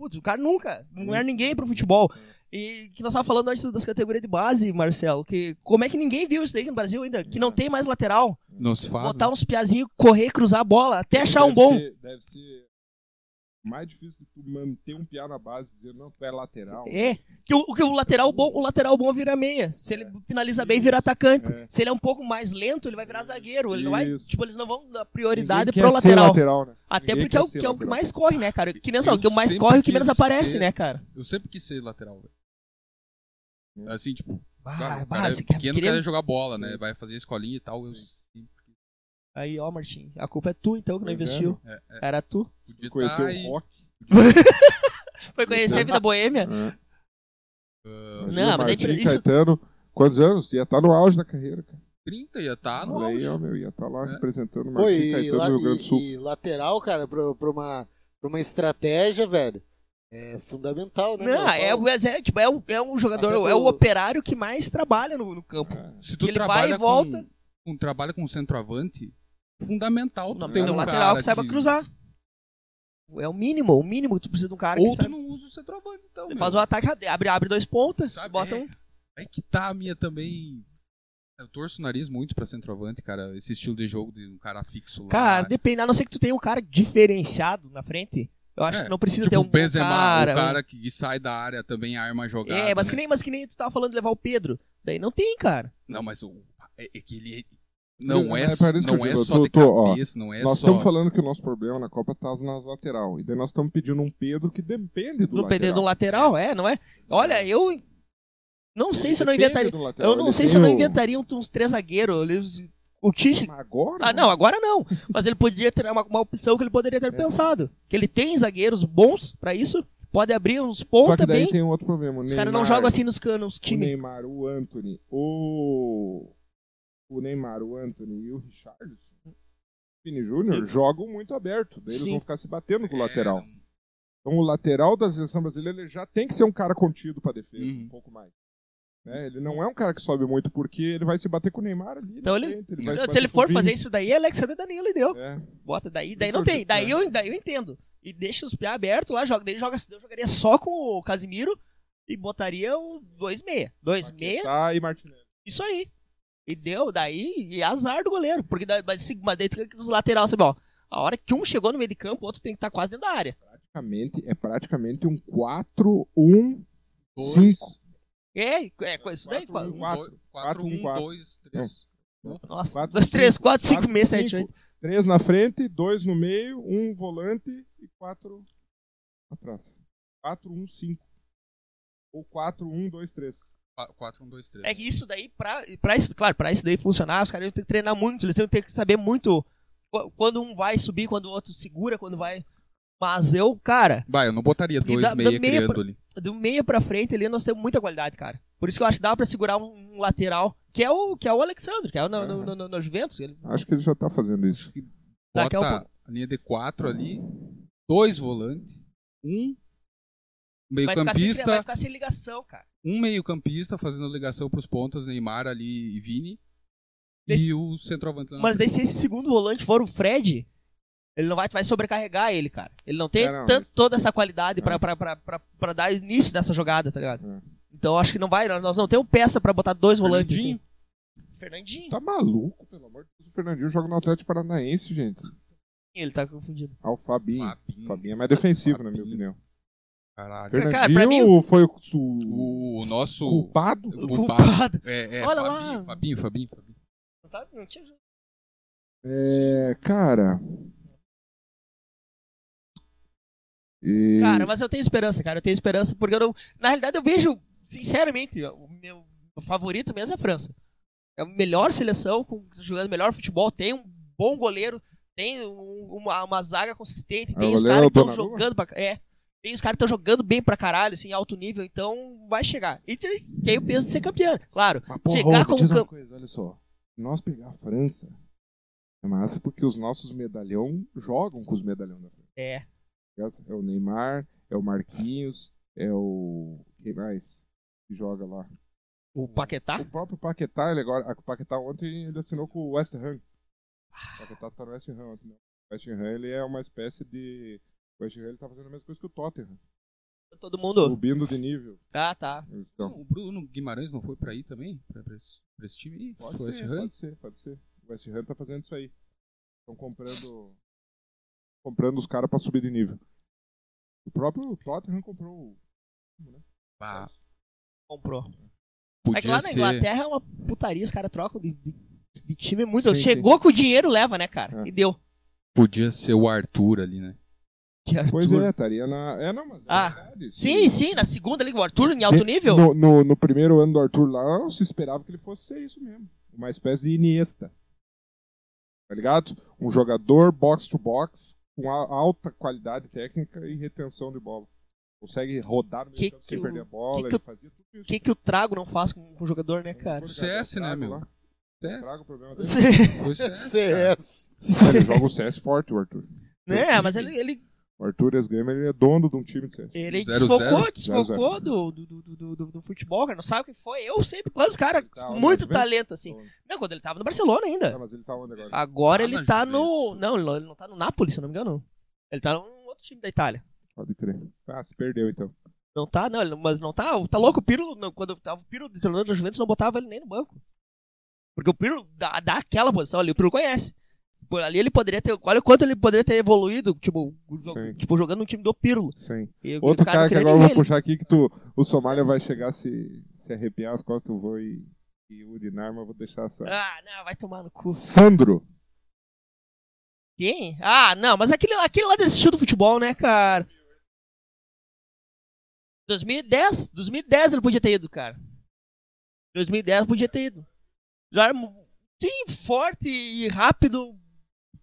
Speaker 3: Putz, o cara nunca. Não
Speaker 4: Hum.
Speaker 3: era ninguém pro futebol. E que nós tava falando antes das categorias de base, Marcelo, que como é que ninguém viu isso aí no Brasil ainda? Que
Speaker 4: É.
Speaker 3: não tem mais lateral.
Speaker 4: Não se faz.
Speaker 3: Botar
Speaker 4: né?
Speaker 3: uns piazinhos, correr, cruzar a bola, até achar um
Speaker 2: Deve
Speaker 3: bom.
Speaker 2: ser- deve ser mais difícil de tu manter um piá na base e dizer, não, tu é lateral.
Speaker 3: É. Que o, que o lateral bom, o lateral bom vira meia. Se ele finaliza bem, vira atacante.
Speaker 2: É.
Speaker 3: Se ele é um pouco mais lento, ele vai virar zagueiro. Ele não vai,
Speaker 2: Isso.
Speaker 3: tipo, eles não vão dar
Speaker 2: Ninguém
Speaker 3: prioridade
Speaker 2: quer
Speaker 3: pro
Speaker 2: ser
Speaker 3: lateral.
Speaker 2: lateral, né?
Speaker 3: Até
Speaker 2: Ninguém
Speaker 3: porque é o,
Speaker 2: quer ser
Speaker 3: que é o que
Speaker 2: lateral.
Speaker 3: mais corre, né, cara? Que nem só,
Speaker 4: Eu
Speaker 3: o que mais
Speaker 4: sempre
Speaker 3: corre, o que menos
Speaker 4: quis
Speaker 3: aparece,
Speaker 4: ser-
Speaker 3: né, cara?
Speaker 4: Eu sempre quis ser lateral, velho. Assim, tipo,
Speaker 3: Ah,
Speaker 4: cara, o
Speaker 3: bah,
Speaker 4: cara é
Speaker 3: você quer-
Speaker 4: pequeno
Speaker 3: queria-
Speaker 4: quer jogar bola, né? Vai fazer escolinha e tal. Eu sempre
Speaker 3: um- Aí, ó, Martim, a culpa é tu, então, que
Speaker 2: Tá
Speaker 3: não
Speaker 2: vendo?
Speaker 3: investiu.
Speaker 4: É,
Speaker 3: Era tu.
Speaker 4: podia
Speaker 2: Conhecer
Speaker 4: tá aí,
Speaker 2: o rock.
Speaker 3: Foi conhecer a vida boêmia.
Speaker 2: né?
Speaker 3: Não, mas aí
Speaker 2: Martim,
Speaker 3: isso-
Speaker 2: Caetano, quantos anos? Ia estar no auge da carreira, cara.
Speaker 4: 30 ia tá no
Speaker 2: Olha aí,
Speaker 4: auge.
Speaker 2: ó, meu, ia estar lá
Speaker 4: É.
Speaker 2: representando o
Speaker 1: Pô,
Speaker 2: Martim
Speaker 1: e,
Speaker 2: Caetano
Speaker 1: la-
Speaker 2: do Rio Grande do
Speaker 1: e-
Speaker 2: Sul.
Speaker 1: e lateral, cara, pra, pra uma pra uma estratégia, velho, é fundamental, né?
Speaker 3: Não,
Speaker 1: meu?
Speaker 3: é, o- mas é, tipo, é, um, é um jogador,
Speaker 1: Até
Speaker 3: é o
Speaker 1: do-
Speaker 3: operário que mais trabalha no, no campo.
Speaker 4: Se tu
Speaker 3: Ele vai
Speaker 4: trabalha
Speaker 3: e volta.
Speaker 4: com, com trabalha com centroavante, fundamental tu
Speaker 3: Não,
Speaker 4: ter
Speaker 3: tem um lateral
Speaker 4: cara
Speaker 3: que saiba cruzar. É o mínimo, o mínimo que tu precisa de um cara
Speaker 4: Ou
Speaker 3: que
Speaker 4: tu
Speaker 3: sabe.
Speaker 4: não usa o centroavante, então.
Speaker 3: Ele
Speaker 4: meu.
Speaker 3: faz o ataque, abre, abre dois pontas,
Speaker 4: Sabe,
Speaker 3: bota
Speaker 4: é.
Speaker 3: um.
Speaker 4: É que tá a minha também. Eu torço o nariz muito pra centroavante, cara. Esse estilo de jogo de um cara fixo lá.
Speaker 3: Cara, depende, a não ser que tu tenha um cara diferenciado na frente. Eu acho
Speaker 4: É,
Speaker 3: que não precisa
Speaker 4: tipo
Speaker 3: ter um
Speaker 4: o Benzema,
Speaker 3: bom cara. um
Speaker 4: o cara que sai da área também arma a jogada.
Speaker 3: É, mas
Speaker 4: né?
Speaker 3: que, nem, mas que nem tu tava falando de levar o Pedro. Daí não tem, cara.
Speaker 4: Não, mas o. É, é que ele. Não é,
Speaker 2: É, parece que
Speaker 4: não
Speaker 2: eu
Speaker 4: é
Speaker 2: digo,
Speaker 4: só
Speaker 2: eu tô-
Speaker 4: de
Speaker 2: tô, ó,
Speaker 4: cabeça, não é
Speaker 2: nós
Speaker 4: só...
Speaker 2: estamos falando que o nosso problema na Copa tá nas lateral. E daí nós estamos pedindo um Pedro que depende do
Speaker 3: No PD do
Speaker 2: lateral.
Speaker 3: lateral, é, não é? Olha, eu não sei se eu não
Speaker 2: Depende
Speaker 3: inventaria.
Speaker 2: do lateral.
Speaker 3: Eu não
Speaker 2: Ele
Speaker 3: sei
Speaker 2: tem
Speaker 3: se eu não tá-
Speaker 2: o-
Speaker 3: inventaria um, uns três zagueiros. ali, O Tite.
Speaker 2: Mas Agora?
Speaker 3: Ah,
Speaker 2: né?
Speaker 3: não, agora não. Mas ele poderia ter uma, uma opção que ele poderia
Speaker 2: É.
Speaker 3: ter pensado. Que ele tem zagueiros bons pra isso, pode abrir uns
Speaker 2: Só
Speaker 3: pontos
Speaker 2: que daí
Speaker 3: bem.
Speaker 2: tem um outro problema. O
Speaker 3: Os caras não
Speaker 2: Neymar-
Speaker 3: jogam assim nos canos,
Speaker 2: O
Speaker 3: time.
Speaker 2: Neymar, o Anthony, o. O Neymar, o Anthony e o Richarlison, o Vini Júnior, jogam muito aberto. Daí eles
Speaker 3: Sim.
Speaker 2: vão ficar se batendo com o
Speaker 4: É,
Speaker 2: lateral. Então o lateral da seleção brasileira ele já tem que ser um cara contido pra defesa,
Speaker 4: Uhum.
Speaker 2: um pouco mais. Né? Ele não é um cara que sobe muito, porque ele vai se bater com o Neymar ali. na
Speaker 3: Então ele-
Speaker 2: frente, vai
Speaker 3: Se
Speaker 2: bater
Speaker 3: ele
Speaker 2: com o
Speaker 3: for
Speaker 2: Vini.
Speaker 3: fazer isso daí, Alexandre Danilo e deu.
Speaker 2: É.
Speaker 3: Bota daí, daí
Speaker 2: Isso
Speaker 3: não
Speaker 2: eu
Speaker 3: tem.
Speaker 2: digo,
Speaker 3: Daí
Speaker 2: é.
Speaker 3: eu, daí eu entendo. E deixa os pés abertos lá, joga. Daí ele joga, eu jogaria só com o Casimiro e botaria o 2-6. 2-6,
Speaker 2: Tá, e Martinelli.
Speaker 3: isso aí. E deu, daí, e azar do goleiro. Porque daí, mas, se- mas daí fica os laterais, sabe, ó. A hora que um chegou no meio de campo, o outro tem que estar quase dentro da área.
Speaker 2: Praticamente, é praticamente um 4-1-5.
Speaker 3: É, é com isso daí.
Speaker 2: Quatro, um,
Speaker 3: qual-
Speaker 2: quatro,
Speaker 4: 4, 1, 2, 3.
Speaker 3: Nossa,
Speaker 2: quatro,
Speaker 3: 2, 3,
Speaker 2: cinco,
Speaker 3: 4, 5,
Speaker 2: quatro,
Speaker 3: 6, 7,
Speaker 2: cinco.
Speaker 3: 8.
Speaker 2: Três na frente, dois no meio, um volante e quatro atrás. 4, 1, 5. Ou um, 4, 1, 2, 3.
Speaker 4: 4, 1, 2, 3.
Speaker 3: É que isso daí, pra, pra isso, claro, pra isso daí funcionar, os caras iam ter que treinar muito, eles iam ter que saber muito qu- quando um vai subir, quando o outro segura, quando vai. Mas eu, cara,
Speaker 4: Vai, eu não botaria
Speaker 3: Porque
Speaker 4: 2,
Speaker 3: dá- dá meia
Speaker 4: meia, criando
Speaker 3: pra-
Speaker 4: ali.
Speaker 3: do meio pra frente ali nós temos muita qualidade, cara. Por isso que eu acho que dá pra segurar um, um lateral, que é o que é o Alexandre, que é o no, no, no- no- no Juventus. Ele,
Speaker 2: Acho que ele já tá fazendo isso.
Speaker 3: daqui a um
Speaker 4: Bota a linha de 4 ali, dois volantes, um
Speaker 3: vai, ficar sem, cria- vai
Speaker 4: meio-campista,
Speaker 3: ficar sem ligação, cara.
Speaker 4: um meio-campista fazendo ligação pros pontas, Neymar ali e Vini.
Speaker 3: Desse-
Speaker 4: E o centroavante lá na
Speaker 3: Mas daí se esse segundo volante for o Fred, ele não vai, vai sobrecarregar ele, cara. Ele não É. tem
Speaker 2: É, não,
Speaker 3: tanto, toda essa qualidade pra, pra, pra, pra, pra dar início dessa jogada, tá ligado?
Speaker 2: É.
Speaker 3: Então acho que não vai, nós não temos peça pra botar dois volantes.
Speaker 4: Fernandinho?
Speaker 3: assim. Fernandinho.
Speaker 2: Tá maluco, pelo amor de Deus. O Fernandinho joga no Atlético Paranaense, gente.
Speaker 3: Ele tá confundido.
Speaker 2: Ah, o Fabinho. O
Speaker 4: Fabinho,
Speaker 2: Fabinho é mais defensivo, na minha
Speaker 4: Fabinho.
Speaker 2: opinião.
Speaker 4: Caralho.
Speaker 3: Cara, pra
Speaker 2: Fernandinho foi o, o,
Speaker 4: O, o nosso.
Speaker 2: culpado.
Speaker 4: O
Speaker 3: O
Speaker 4: culpado.
Speaker 3: culpado.
Speaker 4: É, é,
Speaker 3: Olha
Speaker 4: Fabinho,
Speaker 3: lá.
Speaker 4: Fabinho, Fabinho, Fabinho.
Speaker 3: Não tá- não tinha jeito.
Speaker 2: É, cara. E-
Speaker 3: Cara, mas eu tenho esperança, cara. Eu tenho esperança porque eu não. Na realidade, eu vejo, sinceramente, o meu o favorito mesmo é a França. É a melhor seleção, com- jogando melhor futebol, tem um bom goleiro, tem um- uma, uma zaga consistente,
Speaker 2: Ah, o
Speaker 3: tem os
Speaker 2: goleiro
Speaker 3: caras
Speaker 2: é o
Speaker 3: que estão
Speaker 2: Donnarumma?
Speaker 3: jogando pra. É. Tem os caras que estão jogando bem pra caralho, assim, alto nível, então vai chegar. E tem, tem o peso de ser campeão, claro.
Speaker 2: Mas, porra,
Speaker 3: Chegar
Speaker 2: Chegar
Speaker 3: como
Speaker 2: diz uma
Speaker 3: cam-
Speaker 2: coisa, olha só. Se nós pegar a França, é massa porque os nossos medalhão jogam com os medalhão da França.
Speaker 3: É.
Speaker 2: ligado? É o Neymar, é o Marquinhos, é o... Quem mais que joga lá?
Speaker 3: O Paquetá.
Speaker 2: O próprio Paquetá, ele agora... ah, O Paquetá ontem ele assinou com o West Ham. O Paquetá tá no West Ham ontem, né? O West Ham ele é uma espécie de... O West Ham ele tá fazendo a mesma coisa que o Tottenham.
Speaker 3: Todo mundo.
Speaker 2: Subindo de nível.
Speaker 3: Ah, tá.
Speaker 2: Então,
Speaker 4: O Bruno Guimarães não foi pra aí também? Pra, pra esse, pra esse time aí?
Speaker 2: Pode
Speaker 4: Pro
Speaker 2: ser,
Speaker 4: West Ham?
Speaker 2: pode ser, pode ser. O West Ham tá fazendo isso aí. Estão comprando comprando os caras pra subir de nível. O próprio Tottenham comprou o
Speaker 4: Ah,
Speaker 3: Comprou.
Speaker 4: podia
Speaker 3: É que lá na
Speaker 4: ser.
Speaker 3: Inglaterra é uma putaria, os caras trocam de, de- de time muito.
Speaker 2: Sim,
Speaker 3: Chegou com o dinheiro, leva, né, cara?
Speaker 2: É.
Speaker 3: E deu.
Speaker 4: Podia ser o Arthur ali, né?
Speaker 3: Que Arthur.
Speaker 2: Pois é, estaria na. É, não, mas. é
Speaker 3: Ah,
Speaker 2: verdade, isso.
Speaker 3: Sim, sim, na segunda liga, o Arthur em alto nível.
Speaker 2: No, no, no primeiro ano do Arthur lá, não se esperava que ele fosse ser isso mesmo. Uma espécie de Iniesta. Tá ligado? Um jogador box to box com a- alta qualidade técnica e retenção de bola. Consegue rodar no meio
Speaker 3: Que
Speaker 2: campo sem
Speaker 3: que o-
Speaker 2: perder a bola,
Speaker 3: que que
Speaker 2: ele
Speaker 3: o-
Speaker 2: fazia tudo isso.
Speaker 3: O que, que o Trago não faz com com o jogador, né, cara?
Speaker 4: O CS, né, meu? É,
Speaker 2: Traga o problema dele.
Speaker 3: Sim.
Speaker 4: foi o CS,
Speaker 2: é.
Speaker 4: cara.
Speaker 1: CS.
Speaker 2: ele joga o CS forte, o Arthur.
Speaker 3: né, mas ele, ele,
Speaker 2: O Arthur Esgamer, ele é dono de um time de CS.
Speaker 3: ele
Speaker 4: Zero,
Speaker 3: desfocou,
Speaker 4: zero.
Speaker 3: desfocou
Speaker 2: Zero,
Speaker 3: Do, do, do, do, do- do futebol, cara. Não sabe o que foi. Eu sempre, quando os caras
Speaker 2: Tá,
Speaker 3: com
Speaker 2: mas
Speaker 3: muito
Speaker 2: vem-
Speaker 3: talento, assim. Não, quando ele tava no Barcelona
Speaker 2: Ah,
Speaker 3: ainda.
Speaker 2: mas ele tá onde agora?
Speaker 3: Agora
Speaker 4: Tá
Speaker 3: ele
Speaker 4: na
Speaker 3: tá no.
Speaker 4: Juventus.
Speaker 3: Não, ele não tá no Napoli, se eu não me engano. Ele tá num outro time da Itália.
Speaker 2: Pode crer. Ah, se perdeu então.
Speaker 3: Não tá, não, ele não- mas não tá. Tá louco, o Pirlo, não, quando tava o Pirlo de treinador da Juventus, não botava ele nem no banco. Porque o Pirlo dá, dá aquela posição ali, o Pirlo conhece. Por ali ele poderia ter. Olha o quanto ele poderia ter evoluído, tipo, jo-
Speaker 2: Sim.
Speaker 3: tipo jogando no time do Pirlo.
Speaker 2: Sim.
Speaker 3: E o-
Speaker 2: Outro
Speaker 3: o
Speaker 2: cara,
Speaker 3: não
Speaker 2: que
Speaker 3: queria
Speaker 2: agora eu vou
Speaker 3: nem ele.
Speaker 2: puxar aqui que tu, o Somália vai chegar se, se arrepiar as costas, eu vou e e urinar, mas vou deixar essa.
Speaker 3: Ah, não, vai tomar no cu.
Speaker 2: Sandro.
Speaker 3: Quem? Ah, não, mas aquele, aquele lá desistiu do futebol, né, cara? 2010, 2010 ele podia ter ido, cara. 2010 podia ter ido. Já era mu- sim, forte e rápido,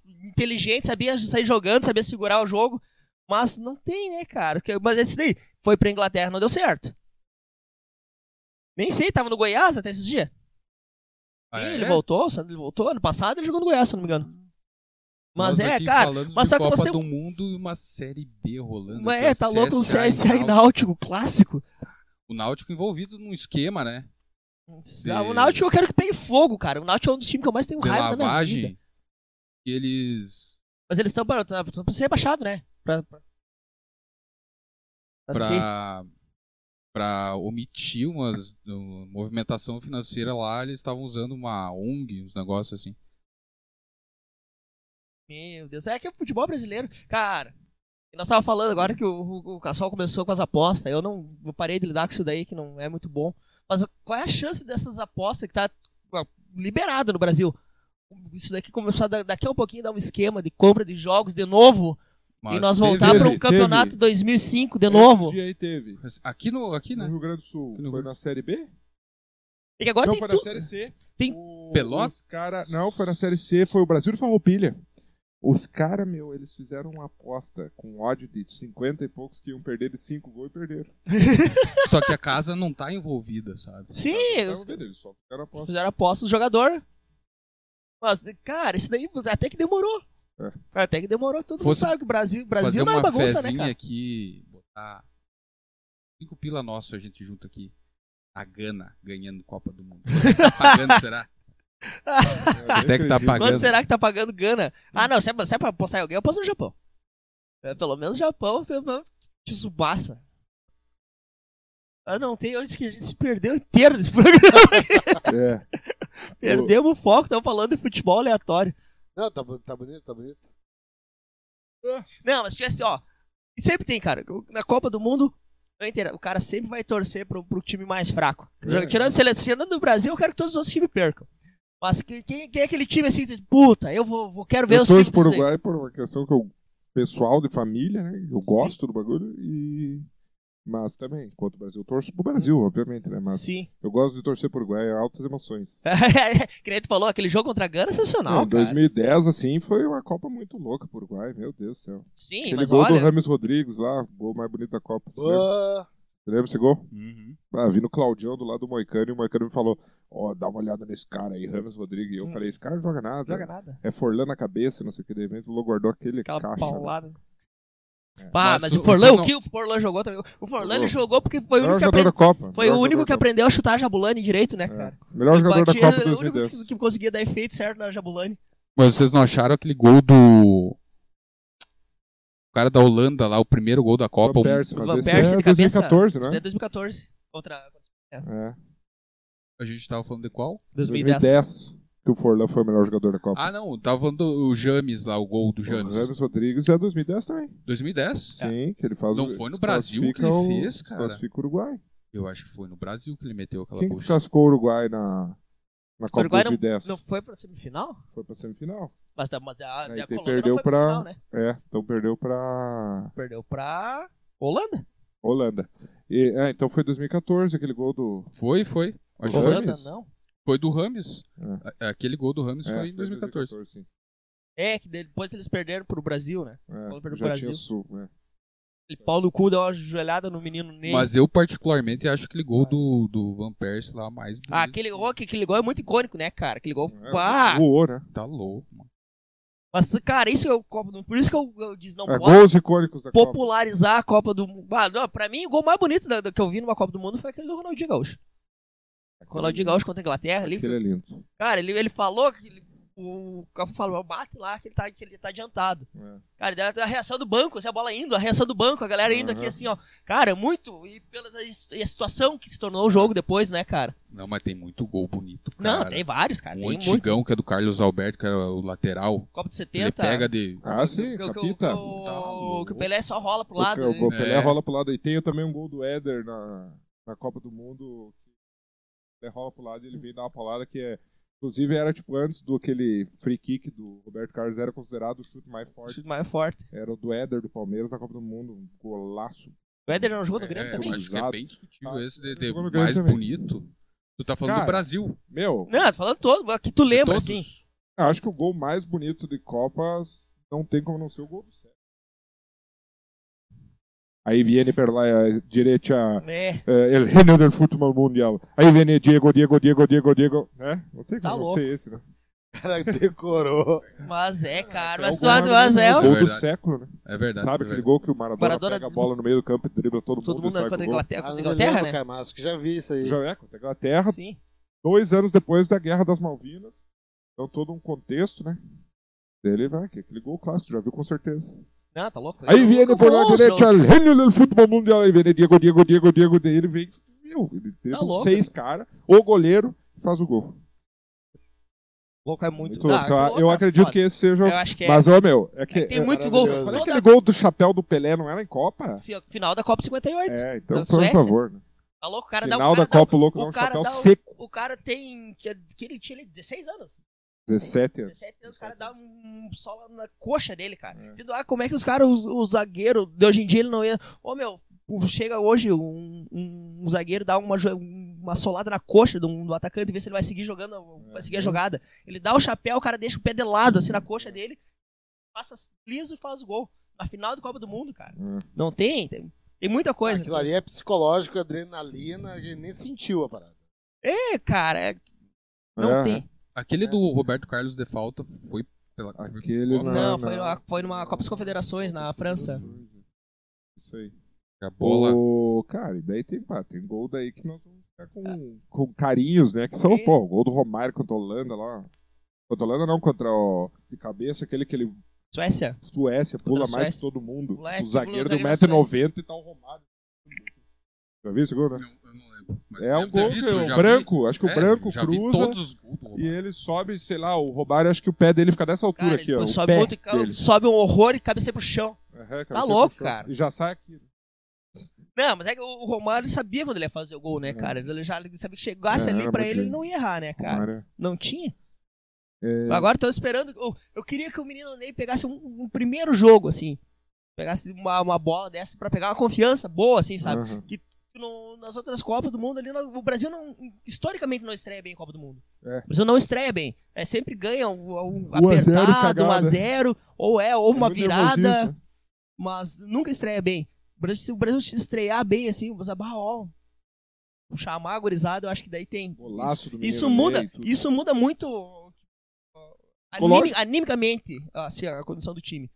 Speaker 3: inteligente, sabia sair jogando, sabia segurar o jogo, mas não tem, né, cara? Que- Mas esse daí foi pra Inglaterra, não deu certo. Nem sei, tava no Goiás até esses dias.
Speaker 4: Ah,
Speaker 3: Sim,
Speaker 4: é?
Speaker 3: ele voltou, sabe? ele voltou. Ano passado ele jogou no Goiás, se eu não me engano. Mas
Speaker 4: Nós
Speaker 3: é,
Speaker 4: aqui
Speaker 3: cara,
Speaker 4: falando
Speaker 3: mas
Speaker 4: de
Speaker 3: só que
Speaker 4: Copa
Speaker 3: você-
Speaker 4: do Mundo e uma série B rolando.
Speaker 3: mas
Speaker 4: aqui,
Speaker 3: é,
Speaker 4: ó,
Speaker 3: tá louco o
Speaker 4: CSA e
Speaker 3: CSA e Náutico, clássico.
Speaker 4: O Náutico envolvido num esquema, né?
Speaker 3: Ah, O Náutico eu quero que pegue fogo, cara. O Náutico é um dos times que eu mais tenho
Speaker 4: De
Speaker 3: raiva da minha vida.
Speaker 4: lavagem. E eles.
Speaker 3: Mas eles estão pra, tão pra ser rebaixado, né? Pra, pra... pra ser.
Speaker 4: Pra, pra omitir uma movimentação financeira lá, eles estavam usando uma ONG, uns negócios assim.
Speaker 3: Meu Deus, é que é futebol brasileiro. Cara, e nós tava falando agora que o, o, o Cassol começou com as apostas. Eu não eu parei de lidar com isso daí, que não é muito bom. Mas qual é a chance dessas apostas que tá ó, liberado no Brasil? Isso daqui começar da- daqui a um pouquinho dar um esquema de compra de jogos de novo
Speaker 4: Mas
Speaker 3: e nós
Speaker 4: teve- É.
Speaker 3: voltar para
Speaker 2: teve.
Speaker 3: um campeonato 2005 de novo.
Speaker 2: Esse dia aí teve.
Speaker 4: Aqui, no, aqui
Speaker 2: No
Speaker 4: né?
Speaker 2: Rio Grande do Sul.
Speaker 4: No
Speaker 2: Foi
Speaker 4: Rio-
Speaker 2: na Série B?
Speaker 3: E que agora
Speaker 2: não,
Speaker 3: tem
Speaker 2: foi
Speaker 3: tudo.
Speaker 2: na Série C.
Speaker 3: Tem-
Speaker 2: O-
Speaker 4: Pelotas?
Speaker 2: Os cara... Não, foi na Série C. Foi o Brasil de Farroupilha. Os caras, meu, eles fizeram uma aposta com ódio de 50 e poucos que iam perder de 5 gols e perderam.
Speaker 4: Só que a casa não tá envolvida, sabe?
Speaker 3: Sim,
Speaker 2: Não, eles só fizeram aposta.
Speaker 3: fizeram aposta do jogador. Mas, cara, isso daí até que demorou.
Speaker 2: É.
Speaker 3: Até que demorou, todo
Speaker 4: Fosse
Speaker 3: mundo sabe que o Brasil,
Speaker 4: Fazer
Speaker 3: Brasil não
Speaker 4: uma
Speaker 3: é bagunça, né,
Speaker 4: fezinha
Speaker 3: cara?
Speaker 4: aqui, botar cinco pila nosso a gente junta aqui. A Gana ganhando Copa do Mundo. Tá pagando, será?
Speaker 2: né?
Speaker 4: Até que tá pagando.
Speaker 3: Quanto será que tá pagando Gana? Ah, não, se é, se é pra apostar em alguém, eu aposto no Japão. É, pelo menos no Japão, pelo menos te subaça. Ah, não, tem onde que a gente se perdeu inteiro nesse programa.
Speaker 2: É.
Speaker 3: Perdemos o foco, tava falando de futebol aleatório.
Speaker 1: Não, tá, bo- tá bonito, tá bonito.
Speaker 3: Não, mas tivesse, ó. e Sempre tem, cara. Na Copa do Mundo, a inteira- o cara sempre vai torcer pro, pro time mais fraco.
Speaker 2: É.
Speaker 3: Tirando, sele- tirando do Brasil, eu quero que todos os outros times percam. Mas que- quem, quem é aquele time assim, de, puta, eu vou, vou- quero ver
Speaker 2: Eu
Speaker 3: os times.
Speaker 2: torço pro
Speaker 3: disso daí.
Speaker 2: Uruguai por uma questão que eu. Pessoal de família, né? Eu gosto do bagulho e. Mas também, enquanto o Brasil, eu torço pro Brasil, obviamente, né? Mas
Speaker 3: Sim.
Speaker 2: eu gosto de torcer pro Uruguai, é altas emoções.
Speaker 3: que nem tu falou, aquele jogo contra a Gana é sensacional,
Speaker 2: Não,
Speaker 3: cara.
Speaker 2: 2010, assim, foi uma Copa muito louca pro Uruguai, meu Deus do céu.
Speaker 3: Sim,
Speaker 2: Aquele
Speaker 3: mas
Speaker 2: gol do
Speaker 3: olha.
Speaker 2: Rames Rodrigues lá, gol mais bonito da Copa. Você lembra?
Speaker 1: Boa.
Speaker 2: Você lembra esse gol?
Speaker 4: Uhum.
Speaker 2: Ah, vi no Claudião do lado do Moicano e o Moicano me falou: Ó, dá uma olhada nesse cara aí, Rames Rodrigues. E eu
Speaker 3: Hum.
Speaker 2: falei: Esse cara não joga nada.
Speaker 3: Joga nada.
Speaker 2: É Forlan na cabeça, não sei o que, de repente o Lô guardou aquele
Speaker 3: Aquela
Speaker 2: caixa. né? É.
Speaker 3: paulada. Ah,
Speaker 4: Mas
Speaker 3: mas,
Speaker 4: tu-
Speaker 3: o Forlan,
Speaker 4: você
Speaker 3: o
Speaker 4: não-
Speaker 3: que o Forlan jogou também? O Forlan ele
Speaker 2: Jogou.
Speaker 3: jogou porque foi o
Speaker 2: Melhor
Speaker 3: único que,
Speaker 2: jogador
Speaker 3: apre...
Speaker 2: da Copa.
Speaker 3: foi o
Speaker 2: melhor
Speaker 3: único que
Speaker 2: jogador
Speaker 3: aprendeu a chutar a Jabulani direito, né,
Speaker 2: da-
Speaker 3: cara?
Speaker 2: É. Melhor jogador da
Speaker 3: Batia-
Speaker 2: Copa
Speaker 3: o único
Speaker 2: 2010.
Speaker 3: que- que conseguia dar efeito certo na Jabulani.
Speaker 4: Mas vocês não acharam aquele gol do. O cara da Holanda lá, o primeiro gol da Copa.
Speaker 2: Van
Speaker 4: um-
Speaker 2: Persie,
Speaker 3: O
Speaker 2: mas
Speaker 3: Van
Speaker 2: esse
Speaker 3: Persie
Speaker 2: é
Speaker 3: de cabeça.
Speaker 2: 2014,
Speaker 3: Isso
Speaker 2: né?
Speaker 3: daí é 2014. Contra
Speaker 2: É,
Speaker 4: A gente tava falando de qual?
Speaker 3: 2010.
Speaker 2: 2010. Que o Forlan foi o melhor jogador da Copa.
Speaker 4: Ah, não, tava falando do James lá, o gol do
Speaker 2: O
Speaker 4: James.
Speaker 2: Rames Rodrigues é 2010 também.
Speaker 4: 2010?
Speaker 3: É.
Speaker 2: Sim, que ele faz
Speaker 4: Não
Speaker 2: o-
Speaker 4: foi no Brasil que ele
Speaker 2: desclassifica o-
Speaker 4: fez, cara.
Speaker 2: Desclassifica o Uruguai.
Speaker 4: Eu acho que foi no Brasil que ele meteu aquela
Speaker 2: Quem que
Speaker 4: bucha.
Speaker 2: descascou o Uruguai na, na
Speaker 3: O
Speaker 2: Copa
Speaker 3: Uruguai não,
Speaker 2: 2010?
Speaker 3: não foi pra semifinal?
Speaker 2: Foi pra semifinal.
Speaker 3: Mas da, mas da,
Speaker 2: Aí
Speaker 3: da
Speaker 2: te
Speaker 3: Colômbia
Speaker 2: perdeu
Speaker 3: não foi pra
Speaker 2: pra-
Speaker 3: final, né?
Speaker 2: É, então perdeu pra
Speaker 3: Perdeu pra Holanda.
Speaker 2: Holanda. E, é, então foi 2014 aquele gol do.
Speaker 4: Foi, foi. Acho que
Speaker 2: Holanda?
Speaker 4: foi.
Speaker 3: Holanda, não.
Speaker 4: Foi do Rames. A- Aquele gol do Rames
Speaker 2: É,
Speaker 4: foi em 2014.
Speaker 2: sim.
Speaker 3: É, que depois eles perderam pro Brasil, né?
Speaker 2: É,
Speaker 3: Holanda perdeu
Speaker 2: já
Speaker 3: pro
Speaker 2: tinha
Speaker 3: Brasil.
Speaker 2: sul, né?
Speaker 3: Ele pau no cu, deu uma joelhada no menino Ney.
Speaker 4: Mas eu, particularmente, acho aquele
Speaker 2: É.
Speaker 4: gol do, do Van Persie lá mais bonito.
Speaker 3: Ah, aquele gol, que- aquele gol é muito icônico, né, cara? Aquele gol.
Speaker 2: É,
Speaker 3: pá!
Speaker 2: Voou, né?
Speaker 4: Tá louco, mano.
Speaker 3: Mas, cara, isso é o Copa do Mundo. Por isso que eu, eu disse, não
Speaker 2: É,
Speaker 3: pode
Speaker 2: gols icônicos da Copa.
Speaker 3: popularizar a Copa do Mundo. Ah, não, pra mim, o gol mais bonito da- da- que eu vi numa Copa do Mundo foi aquele do Ronaldinho Gaúcho. O Ronaldinho Gaúcho contra a Inglaterra ali.
Speaker 2: Aquele é lindo.
Speaker 3: Cara, ele, ele falou que ele- o Cafu falou, bate lá que ele tá, que ele tá adiantado.
Speaker 2: É.
Speaker 3: Cara, daí a reação do banco, assim, a bola indo, a reação do banco, a galera indo aqui
Speaker 2: Aham.
Speaker 3: assim, ó. Cara, muito. E pela his- e a situação que se tornou o jogo depois, né, cara?
Speaker 4: Não, mas tem muito gol bonito, cara.
Speaker 3: Não, tem vários, cara.
Speaker 4: Um
Speaker 3: tem muito.
Speaker 4: antigão que é do Carlos Alberto, que era o lateral.
Speaker 3: Copa de
Speaker 4: Ele
Speaker 3: 70.
Speaker 4: pega de.
Speaker 2: Ah,
Speaker 3: que-
Speaker 2: sim,
Speaker 3: que- que-
Speaker 2: capita.
Speaker 3: que-
Speaker 4: Tá
Speaker 3: o-
Speaker 4: louco.
Speaker 3: Que o Pelé só rola pro
Speaker 2: O,
Speaker 3: lado. né?
Speaker 2: o, o Pelé
Speaker 4: É.
Speaker 2: rola pro lado. E tem também um gol do Éder na, na Copa do Mundo. rola pro lado e ele vem dar uma paulada que é. Inclusive era tipo antes do aquele free kick do Roberto Carlos, era considerado o chute mais forte.
Speaker 3: Chute mais forte.
Speaker 2: Era o do Éder do Palmeiras na Copa do Mundo, um golaço.
Speaker 3: O Éder não jogou no Grêmio
Speaker 4: É, eu
Speaker 3: também?
Speaker 4: acho que é
Speaker 2: Exato.
Speaker 4: bem discutível
Speaker 2: Ah,
Speaker 4: esse de,
Speaker 2: eu
Speaker 4: de
Speaker 2: vou no Grêmio
Speaker 4: mais
Speaker 2: também.
Speaker 4: bonito. Tu tá falando
Speaker 2: Cara,
Speaker 4: do Brasil.
Speaker 2: Meu,
Speaker 3: Não, tô falando todo, que tu lembra,
Speaker 4: todos.
Speaker 3: assim.
Speaker 2: acho que o gol mais bonito de Copas não tem como não ser o gol do Sérgio. Aí viene per la eh, direita
Speaker 3: É,
Speaker 2: eh, el genio del futebol mundial. Aí viene Diego, Diego, Diego, Diego, Diego. Né? Não tem como
Speaker 3: Tá
Speaker 2: não
Speaker 3: louco.
Speaker 2: ser esse, né?
Speaker 1: O cara decorou.
Speaker 3: mas é, cara.
Speaker 2: É
Speaker 3: Mas,
Speaker 2: o
Speaker 3: tu- mas,
Speaker 2: gol-
Speaker 3: é.
Speaker 2: o
Speaker 4: É
Speaker 2: gol do
Speaker 4: verdade.
Speaker 2: século, né?
Speaker 4: É verdade.
Speaker 2: Sabe
Speaker 4: é
Speaker 2: aquele
Speaker 4: verdade.
Speaker 2: gol que o Maradona,
Speaker 3: Maradona-
Speaker 2: pega a bola no meio do campo e dribla todo,
Speaker 3: Todo
Speaker 2: mundo e
Speaker 3: mundo é
Speaker 2: sai com o
Speaker 3: contra a
Speaker 2: gol?
Speaker 3: Inglaterra,
Speaker 1: Ah,
Speaker 3: contra a
Speaker 1: não me
Speaker 3: Inglaterra,
Speaker 1: lembro,
Speaker 3: né?
Speaker 1: cara, mas acho que já vi isso aí.
Speaker 2: Já é, contra a Inglaterra,
Speaker 3: Sim.
Speaker 2: dois anos depois da Guerra das Malvinas. Então todo um contexto, né? Ele vai, que é aquele gol clássico, já viu com certeza.
Speaker 3: Não, tá louco.
Speaker 2: Aí
Speaker 3: viene
Speaker 2: viene por lá direita, gênio do futebol mundial, aí viene Diego, Diego, Diego, Diego, daí ele vem, meu, ele tem
Speaker 3: Tá louco.
Speaker 2: seis caras, o goleiro faz o gol.
Speaker 3: Louco é muito.
Speaker 2: Muito louco. Então, eu acredito que esse seja o...
Speaker 3: Eu acho que é.
Speaker 2: Mas, ó, meu, é que...
Speaker 3: É que tem
Speaker 2: é-
Speaker 3: muito gol.
Speaker 1: maravilhoso.
Speaker 2: Mas
Speaker 3: Toda-
Speaker 2: aquele gol do chapéu do Pelé não era em Copa?
Speaker 3: se- Final da Copa 58.
Speaker 2: É, então,
Speaker 3: Da
Speaker 2: por
Speaker 3: Suécia?
Speaker 2: favor. Né?
Speaker 3: Tá louco? O cara dá
Speaker 2: Final
Speaker 3: um.
Speaker 2: da
Speaker 3: cara dá um-
Speaker 2: Copa, o louco
Speaker 3: o
Speaker 2: dá um
Speaker 3: cara
Speaker 2: chapéu
Speaker 3: dá um-
Speaker 2: seco.
Speaker 3: O cara tem. Que é- que ele tinha ele, 16 anos.
Speaker 2: 17 anos.
Speaker 3: 17 anos, o cara
Speaker 2: 17
Speaker 3: dá um sola na coxa dele, cara. Entendeu? Ah, como é que os caras, os- o zagueiro, de hoje em dia ele não ia. Ô meu, o- chega hoje um, um- um zagueiro dá uma, jo- uma solada na coxa do, do atacante e vê se ele vai seguir jogando, vai seguir a jogada. Ele dá o chapéu, o cara deixa o pé de lado, assim, na coxa dele, passa liso e faz o gol. Na final do Copa do Mundo, cara.
Speaker 2: Hum.
Speaker 3: Não tem, tem, tem muita coisa.
Speaker 1: Aquilo ali é psicológico, adrenalina, a gente nem sentiu a parada.
Speaker 3: É, cara, é- não
Speaker 2: É,
Speaker 3: tem.
Speaker 4: Aquele do Roberto Carlos de falta foi pela.
Speaker 2: Aquele
Speaker 4: Copa,
Speaker 2: não.
Speaker 3: Não, foi, numa, foi numa Copa das Confederações na França.
Speaker 2: Isso aí.
Speaker 4: A bola.
Speaker 2: O... Cara, e daí tem, pá, tem gol daí que nós vamos ficar com, com carinhos, né? Que são,
Speaker 3: É.
Speaker 2: pô, o gol do Romário contra a Holanda lá. Contra a Holanda não, contra o... De cabeça, aquele que ele
Speaker 3: Suécia?
Speaker 2: Suécia pula
Speaker 3: Contra a
Speaker 2: mais que
Speaker 3: Suécia.
Speaker 2: todo mundo.
Speaker 3: Moleque,
Speaker 2: o zagueiro
Speaker 3: pula
Speaker 2: do
Speaker 3: o zagueiro da
Speaker 2: 1,90m e tá o Romário. Já viu esse gol, né?
Speaker 4: Não, eu não lembro. mas
Speaker 2: É um
Speaker 4: deve ter
Speaker 2: gol
Speaker 4: visto,
Speaker 2: que
Speaker 4: eu
Speaker 2: o
Speaker 4: já
Speaker 2: branco, acho
Speaker 4: vi.
Speaker 2: que o
Speaker 4: É,
Speaker 2: branco
Speaker 4: já vi
Speaker 2: cruza
Speaker 4: todos os gols do
Speaker 2: e
Speaker 4: Romário.
Speaker 2: ele sobe, sei lá, o Romário acho que o pé dele fica dessa altura
Speaker 3: Cara,
Speaker 2: aqui, ó.
Speaker 3: ele
Speaker 2: o
Speaker 3: sobe
Speaker 2: pé
Speaker 3: muito, cara,
Speaker 2: dele.
Speaker 3: sobe um horror e cabeceia pro chão.
Speaker 2: Aham, cara,
Speaker 3: Tá
Speaker 2: você
Speaker 3: louco,
Speaker 2: puxou.
Speaker 3: cara.
Speaker 2: E já sai aqui. né?
Speaker 3: Não, mas é que o o Romário sabia quando ele ia fazer o gol, né, cara? Ele já ele sabia que chegasse
Speaker 2: É,
Speaker 3: ali pra
Speaker 2: era
Speaker 3: ele, ele
Speaker 2: muito-
Speaker 3: não ia errar, né, cara?
Speaker 2: Romário.
Speaker 3: Não tinha.
Speaker 2: É,
Speaker 3: Agora tô esperando. Eu, eu queria que o menino Ney pegasse um, um primeiro jogo, assim. Pegasse uma, uma bola dessa pra pegar uma confiança boa, assim, sabe?
Speaker 2: aham.
Speaker 3: No- nas outras Copas do Mundo ali, no- o Brasil não, historicamente não estreia bem em Copa do Mundo.
Speaker 2: É.
Speaker 3: O Brasil não estreia bem. É, sempre ganha um, um
Speaker 2: 1 a 0,
Speaker 3: apertado, 1 a
Speaker 2: cagada.
Speaker 3: 0 ou é,
Speaker 2: É
Speaker 3: ou uma
Speaker 2: muito
Speaker 3: virada.
Speaker 2: nervosismo, né?
Speaker 3: mas nunca estreia bem. O Brasil- Se o Brasil se estrear bem, assim, o Brasil, ah, ó, chamar a gurizada, eu acho que daí tem.
Speaker 2: Golaço do Mineiro
Speaker 3: Isso muda,
Speaker 2: Ney e tudo.
Speaker 3: isso muda muito ó, animi-
Speaker 2: Lógico.
Speaker 3: animicamente assim, a condição do time.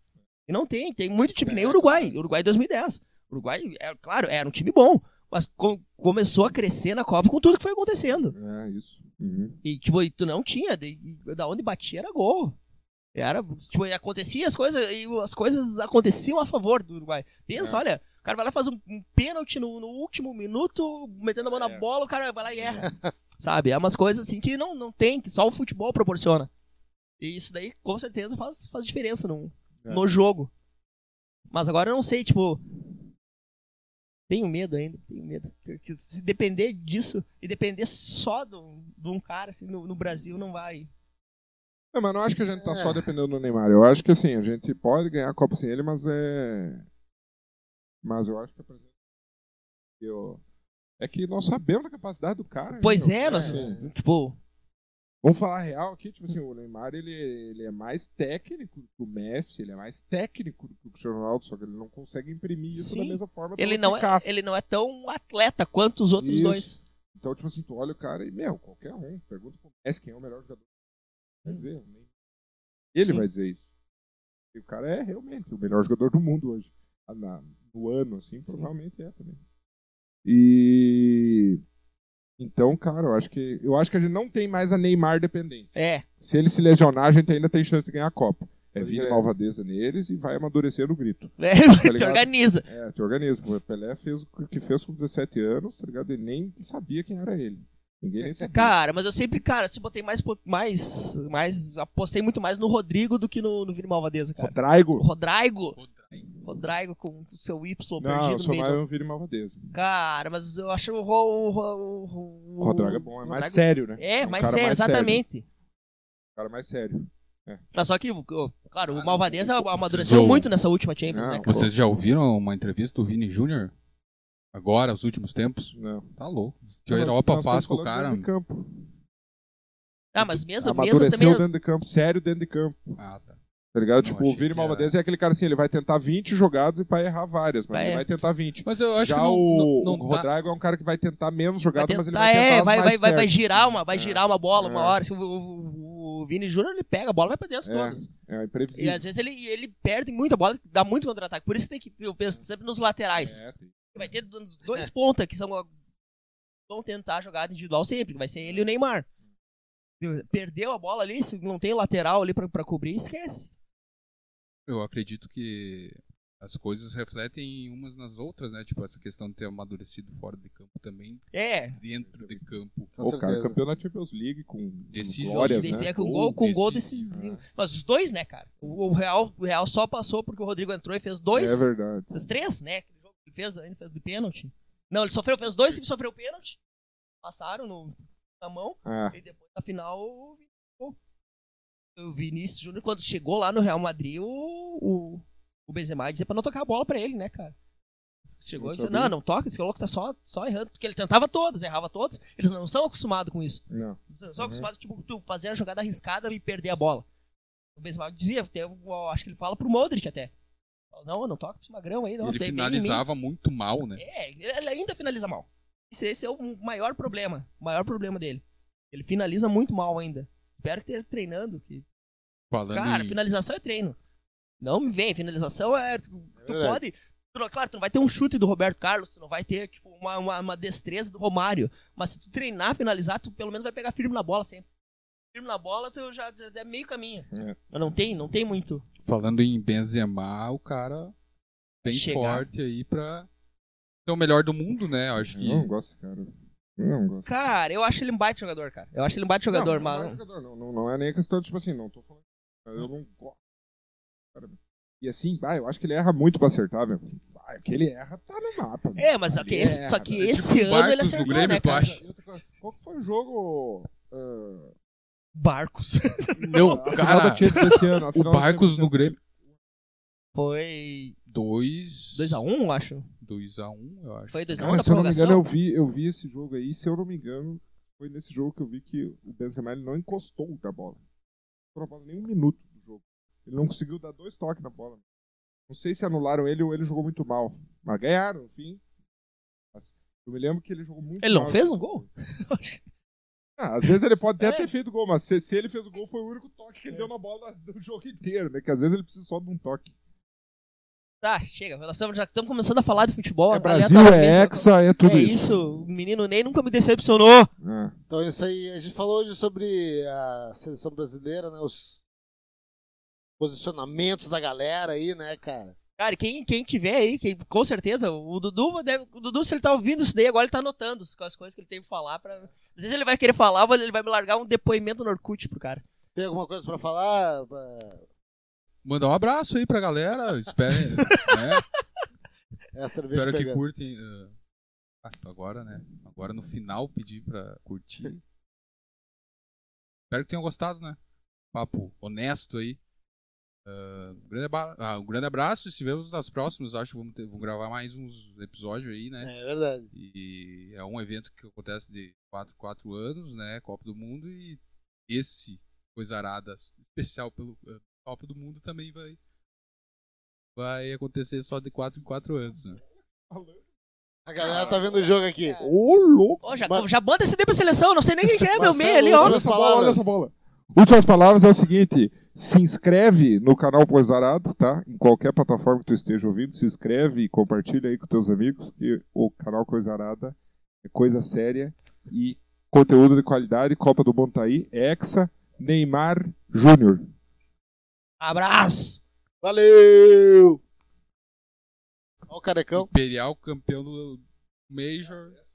Speaker 3: E não tem, tem muito time, que nem o Uruguai, Uruguai 2010. Uruguai, é, claro, era um time bom, mas co- começou a crescer na Copa com tudo que foi acontecendo.
Speaker 2: É, isso. Uhum.
Speaker 3: E, tipo, e tu não tinha. de- e da onde batia era gol. Era, tipo, e acontecia as coisas, e as coisas aconteciam a favor do Uruguai. Pensa,
Speaker 2: É.
Speaker 3: olha, o cara vai lá e faz um, um pênalti no, no último minuto, metendo a mão na
Speaker 2: É.
Speaker 3: bola, o cara vai lá e erra. Sabe? É umas coisas assim que não, não tem, que só o futebol proporciona. E isso daí, com certeza, faz, faz diferença no,
Speaker 2: É.
Speaker 3: no jogo. Mas agora eu não sei, tipo. Tenho medo ainda, tenho medo. Que- que Se depender disso e depender só do- de um cara assim, no, no Brasil, não vai.
Speaker 2: Não, mas não acho que a gente tá
Speaker 1: É.
Speaker 2: só dependendo do Neymar. Eu acho que assim, a gente pode ganhar a Copa sem ele, mas é. Mas eu acho que a presença. Eu... É que nós sabemos da capacidade do cara. né,
Speaker 3: Pois
Speaker 2: meu?
Speaker 3: é, nós,
Speaker 1: é.
Speaker 3: tipo,
Speaker 2: Vamos falar a real aqui, tipo assim, o Neymar ele, ele é mais técnico do que o Messi, ele é mais técnico do que o Cristiano Ronaldo, só que ele não consegue imprimir isso
Speaker 3: Sim.
Speaker 2: da mesma forma. tão
Speaker 3: ele não, é,
Speaker 2: eficaz.
Speaker 3: ele não é tão atleta quanto os outros
Speaker 2: Isso.
Speaker 3: dois.
Speaker 2: Então, tipo assim, tu olha o cara e, meu, qualquer um, pergunta pro Messi quem é o melhor jogador. Vai dizer, nem- ele
Speaker 3: Hum. Sim.
Speaker 2: vai dizer isso. E o cara é realmente o melhor jogador do mundo hoje. Ah, na- no ano, assim, provavelmente é também. E. Então, cara, eu acho que. Eu acho que a gente não tem mais a Neymar dependência.
Speaker 3: É,
Speaker 2: Se ele se lesionar, a gente ainda tem chance de ganhar a Copa. É
Speaker 1: Pois
Speaker 2: vir
Speaker 1: é.
Speaker 2: malvadeza neles e vai amadurecer no grito.
Speaker 3: né? te
Speaker 2: Tá ligado?
Speaker 3: organiza.
Speaker 2: É, te organismo. O Pelé fez o que fez com 17 anos, tá ligado? E nem sabia quem era ele. Ninguém nem sabia.
Speaker 3: Cara, mas eu sempre, cara, se botei mais, po- mais, mais, apostei muito mais no Rodrigo do que no, no Vini Malvadeza, cara.
Speaker 2: Rodrigo.
Speaker 3: O Rodrigo,
Speaker 4: Rodrigo.
Speaker 3: Rodrigo com o seu
Speaker 2: Não,
Speaker 3: Y
Speaker 2: o
Speaker 3: perdido no meio.
Speaker 2: Somália
Speaker 3: do-
Speaker 2: não um vira uma malvadeza.
Speaker 3: Cara, mas eu acho o. Ro- o, Ro- o,
Speaker 2: O Rodraga é bom, é mais
Speaker 3: Rodrago-
Speaker 2: sério, né?
Speaker 3: É,
Speaker 2: um
Speaker 3: mais
Speaker 2: cara
Speaker 3: sério, exatamente.
Speaker 2: Um cara mais sério.
Speaker 3: Mas só que, ó, claro,
Speaker 4: Ah,
Speaker 3: o
Speaker 4: não.
Speaker 3: Malvadeza amadureceu
Speaker 4: Precisou.
Speaker 3: muito nessa última Champions,
Speaker 2: Não,
Speaker 3: né, cara?
Speaker 4: Vocês já ouviram uma entrevista do Vini Júnior? Agora, os últimos tempos?
Speaker 2: Não.
Speaker 4: Tá louco. Que a
Speaker 2: Não,
Speaker 4: Europa
Speaker 2: nós
Speaker 4: faz
Speaker 2: estamos
Speaker 4: com o
Speaker 2: falando
Speaker 4: cara.
Speaker 2: Dentro de campo.
Speaker 3: Ah, mas mesmo, mesmo
Speaker 2: Amadureceu
Speaker 3: também.
Speaker 2: dentro de campo, sério dentro de campo.
Speaker 4: Ah, tá.
Speaker 2: Tá ligado?
Speaker 4: Não,
Speaker 2: tipo, o
Speaker 4: achei
Speaker 2: Vini
Speaker 4: que era-
Speaker 2: Malvadez é aquele cara assim, ele vai tentar 20 jogadas e vai errar várias, mas
Speaker 3: Vai
Speaker 2: ele
Speaker 3: errar.
Speaker 2: vai tentar 20.
Speaker 4: Mas eu acho
Speaker 2: Já
Speaker 4: que não,
Speaker 2: o,
Speaker 4: não,
Speaker 2: o
Speaker 4: não tá-
Speaker 2: Rodrigo é um cara que vai tentar menos jogadas, mas ele
Speaker 3: tentar-
Speaker 2: vai tentar
Speaker 3: é,
Speaker 2: as
Speaker 3: vai,
Speaker 2: mais
Speaker 3: vai, vai, vai
Speaker 2: certas.
Speaker 3: girar uma, vai
Speaker 2: É.
Speaker 3: girar uma bola uma
Speaker 2: É.
Speaker 3: hora. Se o, o, o Vini Júnior ele pega a bola, vai pra dentro
Speaker 2: É.
Speaker 3: todas.
Speaker 2: É
Speaker 3: E
Speaker 2: imprevisível.
Speaker 3: às vezes ele, ele perde muita bola, dá muito contra-ataque. Por isso tem que, eu penso sempre nos laterais.
Speaker 2: É, tem-
Speaker 3: Vai ter do- dois pontas que são vão tentar jogada individual sempre, que vai ser ele e o Neymar. Perdeu a bola ali, se não tem lateral ali pra, pra cobrir, esquece.
Speaker 4: Eu acredito que as coisas refletem umas nas outras, né? Tipo, essa questão de ter amadurecido fora de campo também,
Speaker 3: É,
Speaker 4: dentro de campo.
Speaker 1: Com
Speaker 2: o cara
Speaker 1: certeza.
Speaker 2: campeão da Champions League com
Speaker 4: Decisivo.
Speaker 2: glórias,
Speaker 3: desse-
Speaker 2: né?
Speaker 3: é, com gol, com gol
Speaker 4: decisivo.
Speaker 3: decisivo. Mas os dois, né, cara? O, o Real, o Real só passou porque o Rodrigo entrou e fez dois.
Speaker 2: É verdade.
Speaker 3: Fez três, né? Aquele jogo que ele fez, ele fez do pênalti. Não, ele sofreu, fez dois, ele sofreu pênalti. Passaram no, na mão.
Speaker 2: Ah,
Speaker 3: E depois, na final, o Vinícius ficou. o Vinícius Júnior, quando chegou lá no Real Madrid, o, o, o Benzema dizia pra não tocar a bola pra ele, né, cara? Chegou
Speaker 2: Não
Speaker 3: e disse,
Speaker 2: sabia.
Speaker 3: não, não toca, esse louco tá só, só errando. Porque ele tentava todas, errava todas. Eles não são acostumados com isso.
Speaker 2: não.
Speaker 3: Eles são acostumados, tipo, tu fazer a jogada arriscada e perder a bola. O Benzema dizia, até, eu acho que ele fala pro Modric até. Fala, Não, não toca pro magrão aí, não.
Speaker 4: Ele
Speaker 3: vem- vem em mim."
Speaker 4: finalizava muito mal, né?
Speaker 3: É, ele ainda finaliza mal. Esse, esse é o maior problema. O maior problema dele. Ele finaliza muito mal ainda. Espero que esteja treinando. Que...
Speaker 4: Falando
Speaker 3: Cara,
Speaker 4: em-
Speaker 3: finalização é treino. Não me vem, finalização é. Tu, tu
Speaker 1: verdade.
Speaker 3: pode. tu não- claro, tu não vai ter um chute do Roberto Carlos, tu não vai ter tipo, uma, uma, uma destreza do Romário. Mas se tu treinar, finalizar, tu pelo menos vai pegar firme na bola sempre. Firme na bola, tu já, já é meio caminho.
Speaker 2: É.
Speaker 3: Mas não tem, não tem muito.
Speaker 4: Falando em Benzema, o cara bem
Speaker 3: Chegar.
Speaker 4: forte aí pra ser o melhor do mundo, né? Eu Acho que
Speaker 2: Eu não gosto desse cara. Eu não gosto.
Speaker 3: Cara, eu acho ele um baita jogador, cara. Eu acho ele um baita jogador,
Speaker 2: não,
Speaker 3: mas.
Speaker 2: Não, é jogador, não, não, não é nem a questão, tipo assim, não tô falando. Eu não gosto. cara. E assim, bah, eu acho que ele erra muito pra acertar, meu. Bah, o que ele erra tá no mapa. meu.
Speaker 3: É, mas só
Speaker 2: Ali
Speaker 3: que
Speaker 2: é
Speaker 3: esse, só
Speaker 2: errado,
Speaker 3: que
Speaker 4: né? Tipo
Speaker 3: esse
Speaker 4: o
Speaker 3: ano ele
Speaker 4: Barcos do
Speaker 3: acertou,
Speaker 4: Grêmio,
Speaker 3: né,
Speaker 4: tu
Speaker 3: cara?
Speaker 4: acha?
Speaker 2: E outra coisa, Qual que foi o jogo? ah,
Speaker 3: Barcos.
Speaker 4: Meu,
Speaker 2: a final
Speaker 4: cara,
Speaker 2: da Champions desse ano, a
Speaker 4: o
Speaker 2: final da
Speaker 4: Barcos
Speaker 2: Champions
Speaker 4: no Grêmio.
Speaker 3: Foi
Speaker 4: 2
Speaker 3: 2x1, eu acho.
Speaker 4: 2x1, eu acho.
Speaker 3: Foi 2x1
Speaker 2: Cara,
Speaker 3: na
Speaker 2: Ah, se eu não me
Speaker 3: é prorrogação.
Speaker 2: engano, eu vi, eu vi esse jogo aí. Se eu não me engano, foi nesse jogo que eu vi que o Benzema ele não encostou na bola. Não encostou na bola nem um minuto do jogo. Ele não conseguiu dar dois toques na bola. Não sei se anularam ele ou ele jogou muito mal. Mas ganharam, enfim. Mas eu me lembro que ele jogou muito
Speaker 3: Ele
Speaker 2: mal.
Speaker 3: não fez um gol?
Speaker 2: Ah, às vezes ele pode até
Speaker 3: É.
Speaker 2: ter feito gol, mas se, se ele fez o gol foi o único toque que ele deu na bola do jogo inteiro, né? Que às vezes ele precisa só de um toque.
Speaker 3: Tá, chega. Nós estamos- já estamos começando a falar de futebol. né?
Speaker 2: É Brasil, é
Speaker 3: aleatoriamente.
Speaker 2: Hexa, é tudo
Speaker 3: é
Speaker 2: isso.
Speaker 3: isso. O menino Ney nunca me decepcionou.
Speaker 2: Ah,
Speaker 1: Então isso aí, a gente falou hoje sobre a seleção brasileira, né? Os posicionamentos da galera aí, né, cara?
Speaker 3: Cara, quem, quem tiver aí, quem- com certeza, o Dudu, deve, o Dudu, se ele tá ouvindo isso daí agora, ele tá anotando as as coisas que ele tem pra falar. Pra... Às vezes ele vai querer falar, mas ele vai me largar um depoimento no Orkut pro cara.
Speaker 1: Tem alguma coisa pra falar?
Speaker 4: Mandar um abraço aí pra galera. Espero, né?
Speaker 1: É a cerveja
Speaker 4: Espero que
Speaker 1: pegando.
Speaker 4: curtem. eh, ah, agora, né? Agora no final pedir pra curtir. Espero que tenham gostado, né? Papo honesto aí. Ah, um, grande aba- ah, um grande abraço. Se vemos nas próximas, acho que vamos, ter- vamos gravar mais uns episódios aí, né?
Speaker 1: É verdade.
Speaker 4: E é um evento que acontece de 4 4 anos, né? Copa do Mundo e esse Coisarada especial pelo eh, Copa do Mundo também vai vai acontecer só de 4 em 4 anos, né?
Speaker 1: A galera tá vendo o jogo aqui.
Speaker 2: Ô, louco!
Speaker 3: Ó, já,
Speaker 1: Mas-
Speaker 3: já manda esse daí pra seleção, não sei nem quem que é, meu
Speaker 1: Marcelo,
Speaker 3: meio ali, ó.
Speaker 2: Olha
Speaker 1: Últimas
Speaker 2: essa bola, olha
Speaker 1: palavras.
Speaker 2: essa bola. Últimas palavras é o seguinte: se inscreve no canal Poisarado, tá? Em qualquer plataforma que tu esteja ouvindo, se inscreve e compartilha aí com teus amigos, que o canal Coisarada é coisa séria e conteúdo de qualidade. Copa do Mundo tá aí, Hexa, Neymar Júnior.
Speaker 3: Abraço!
Speaker 1: Valeu! Olha o carecão. Então
Speaker 4: Imperial campeão do Major.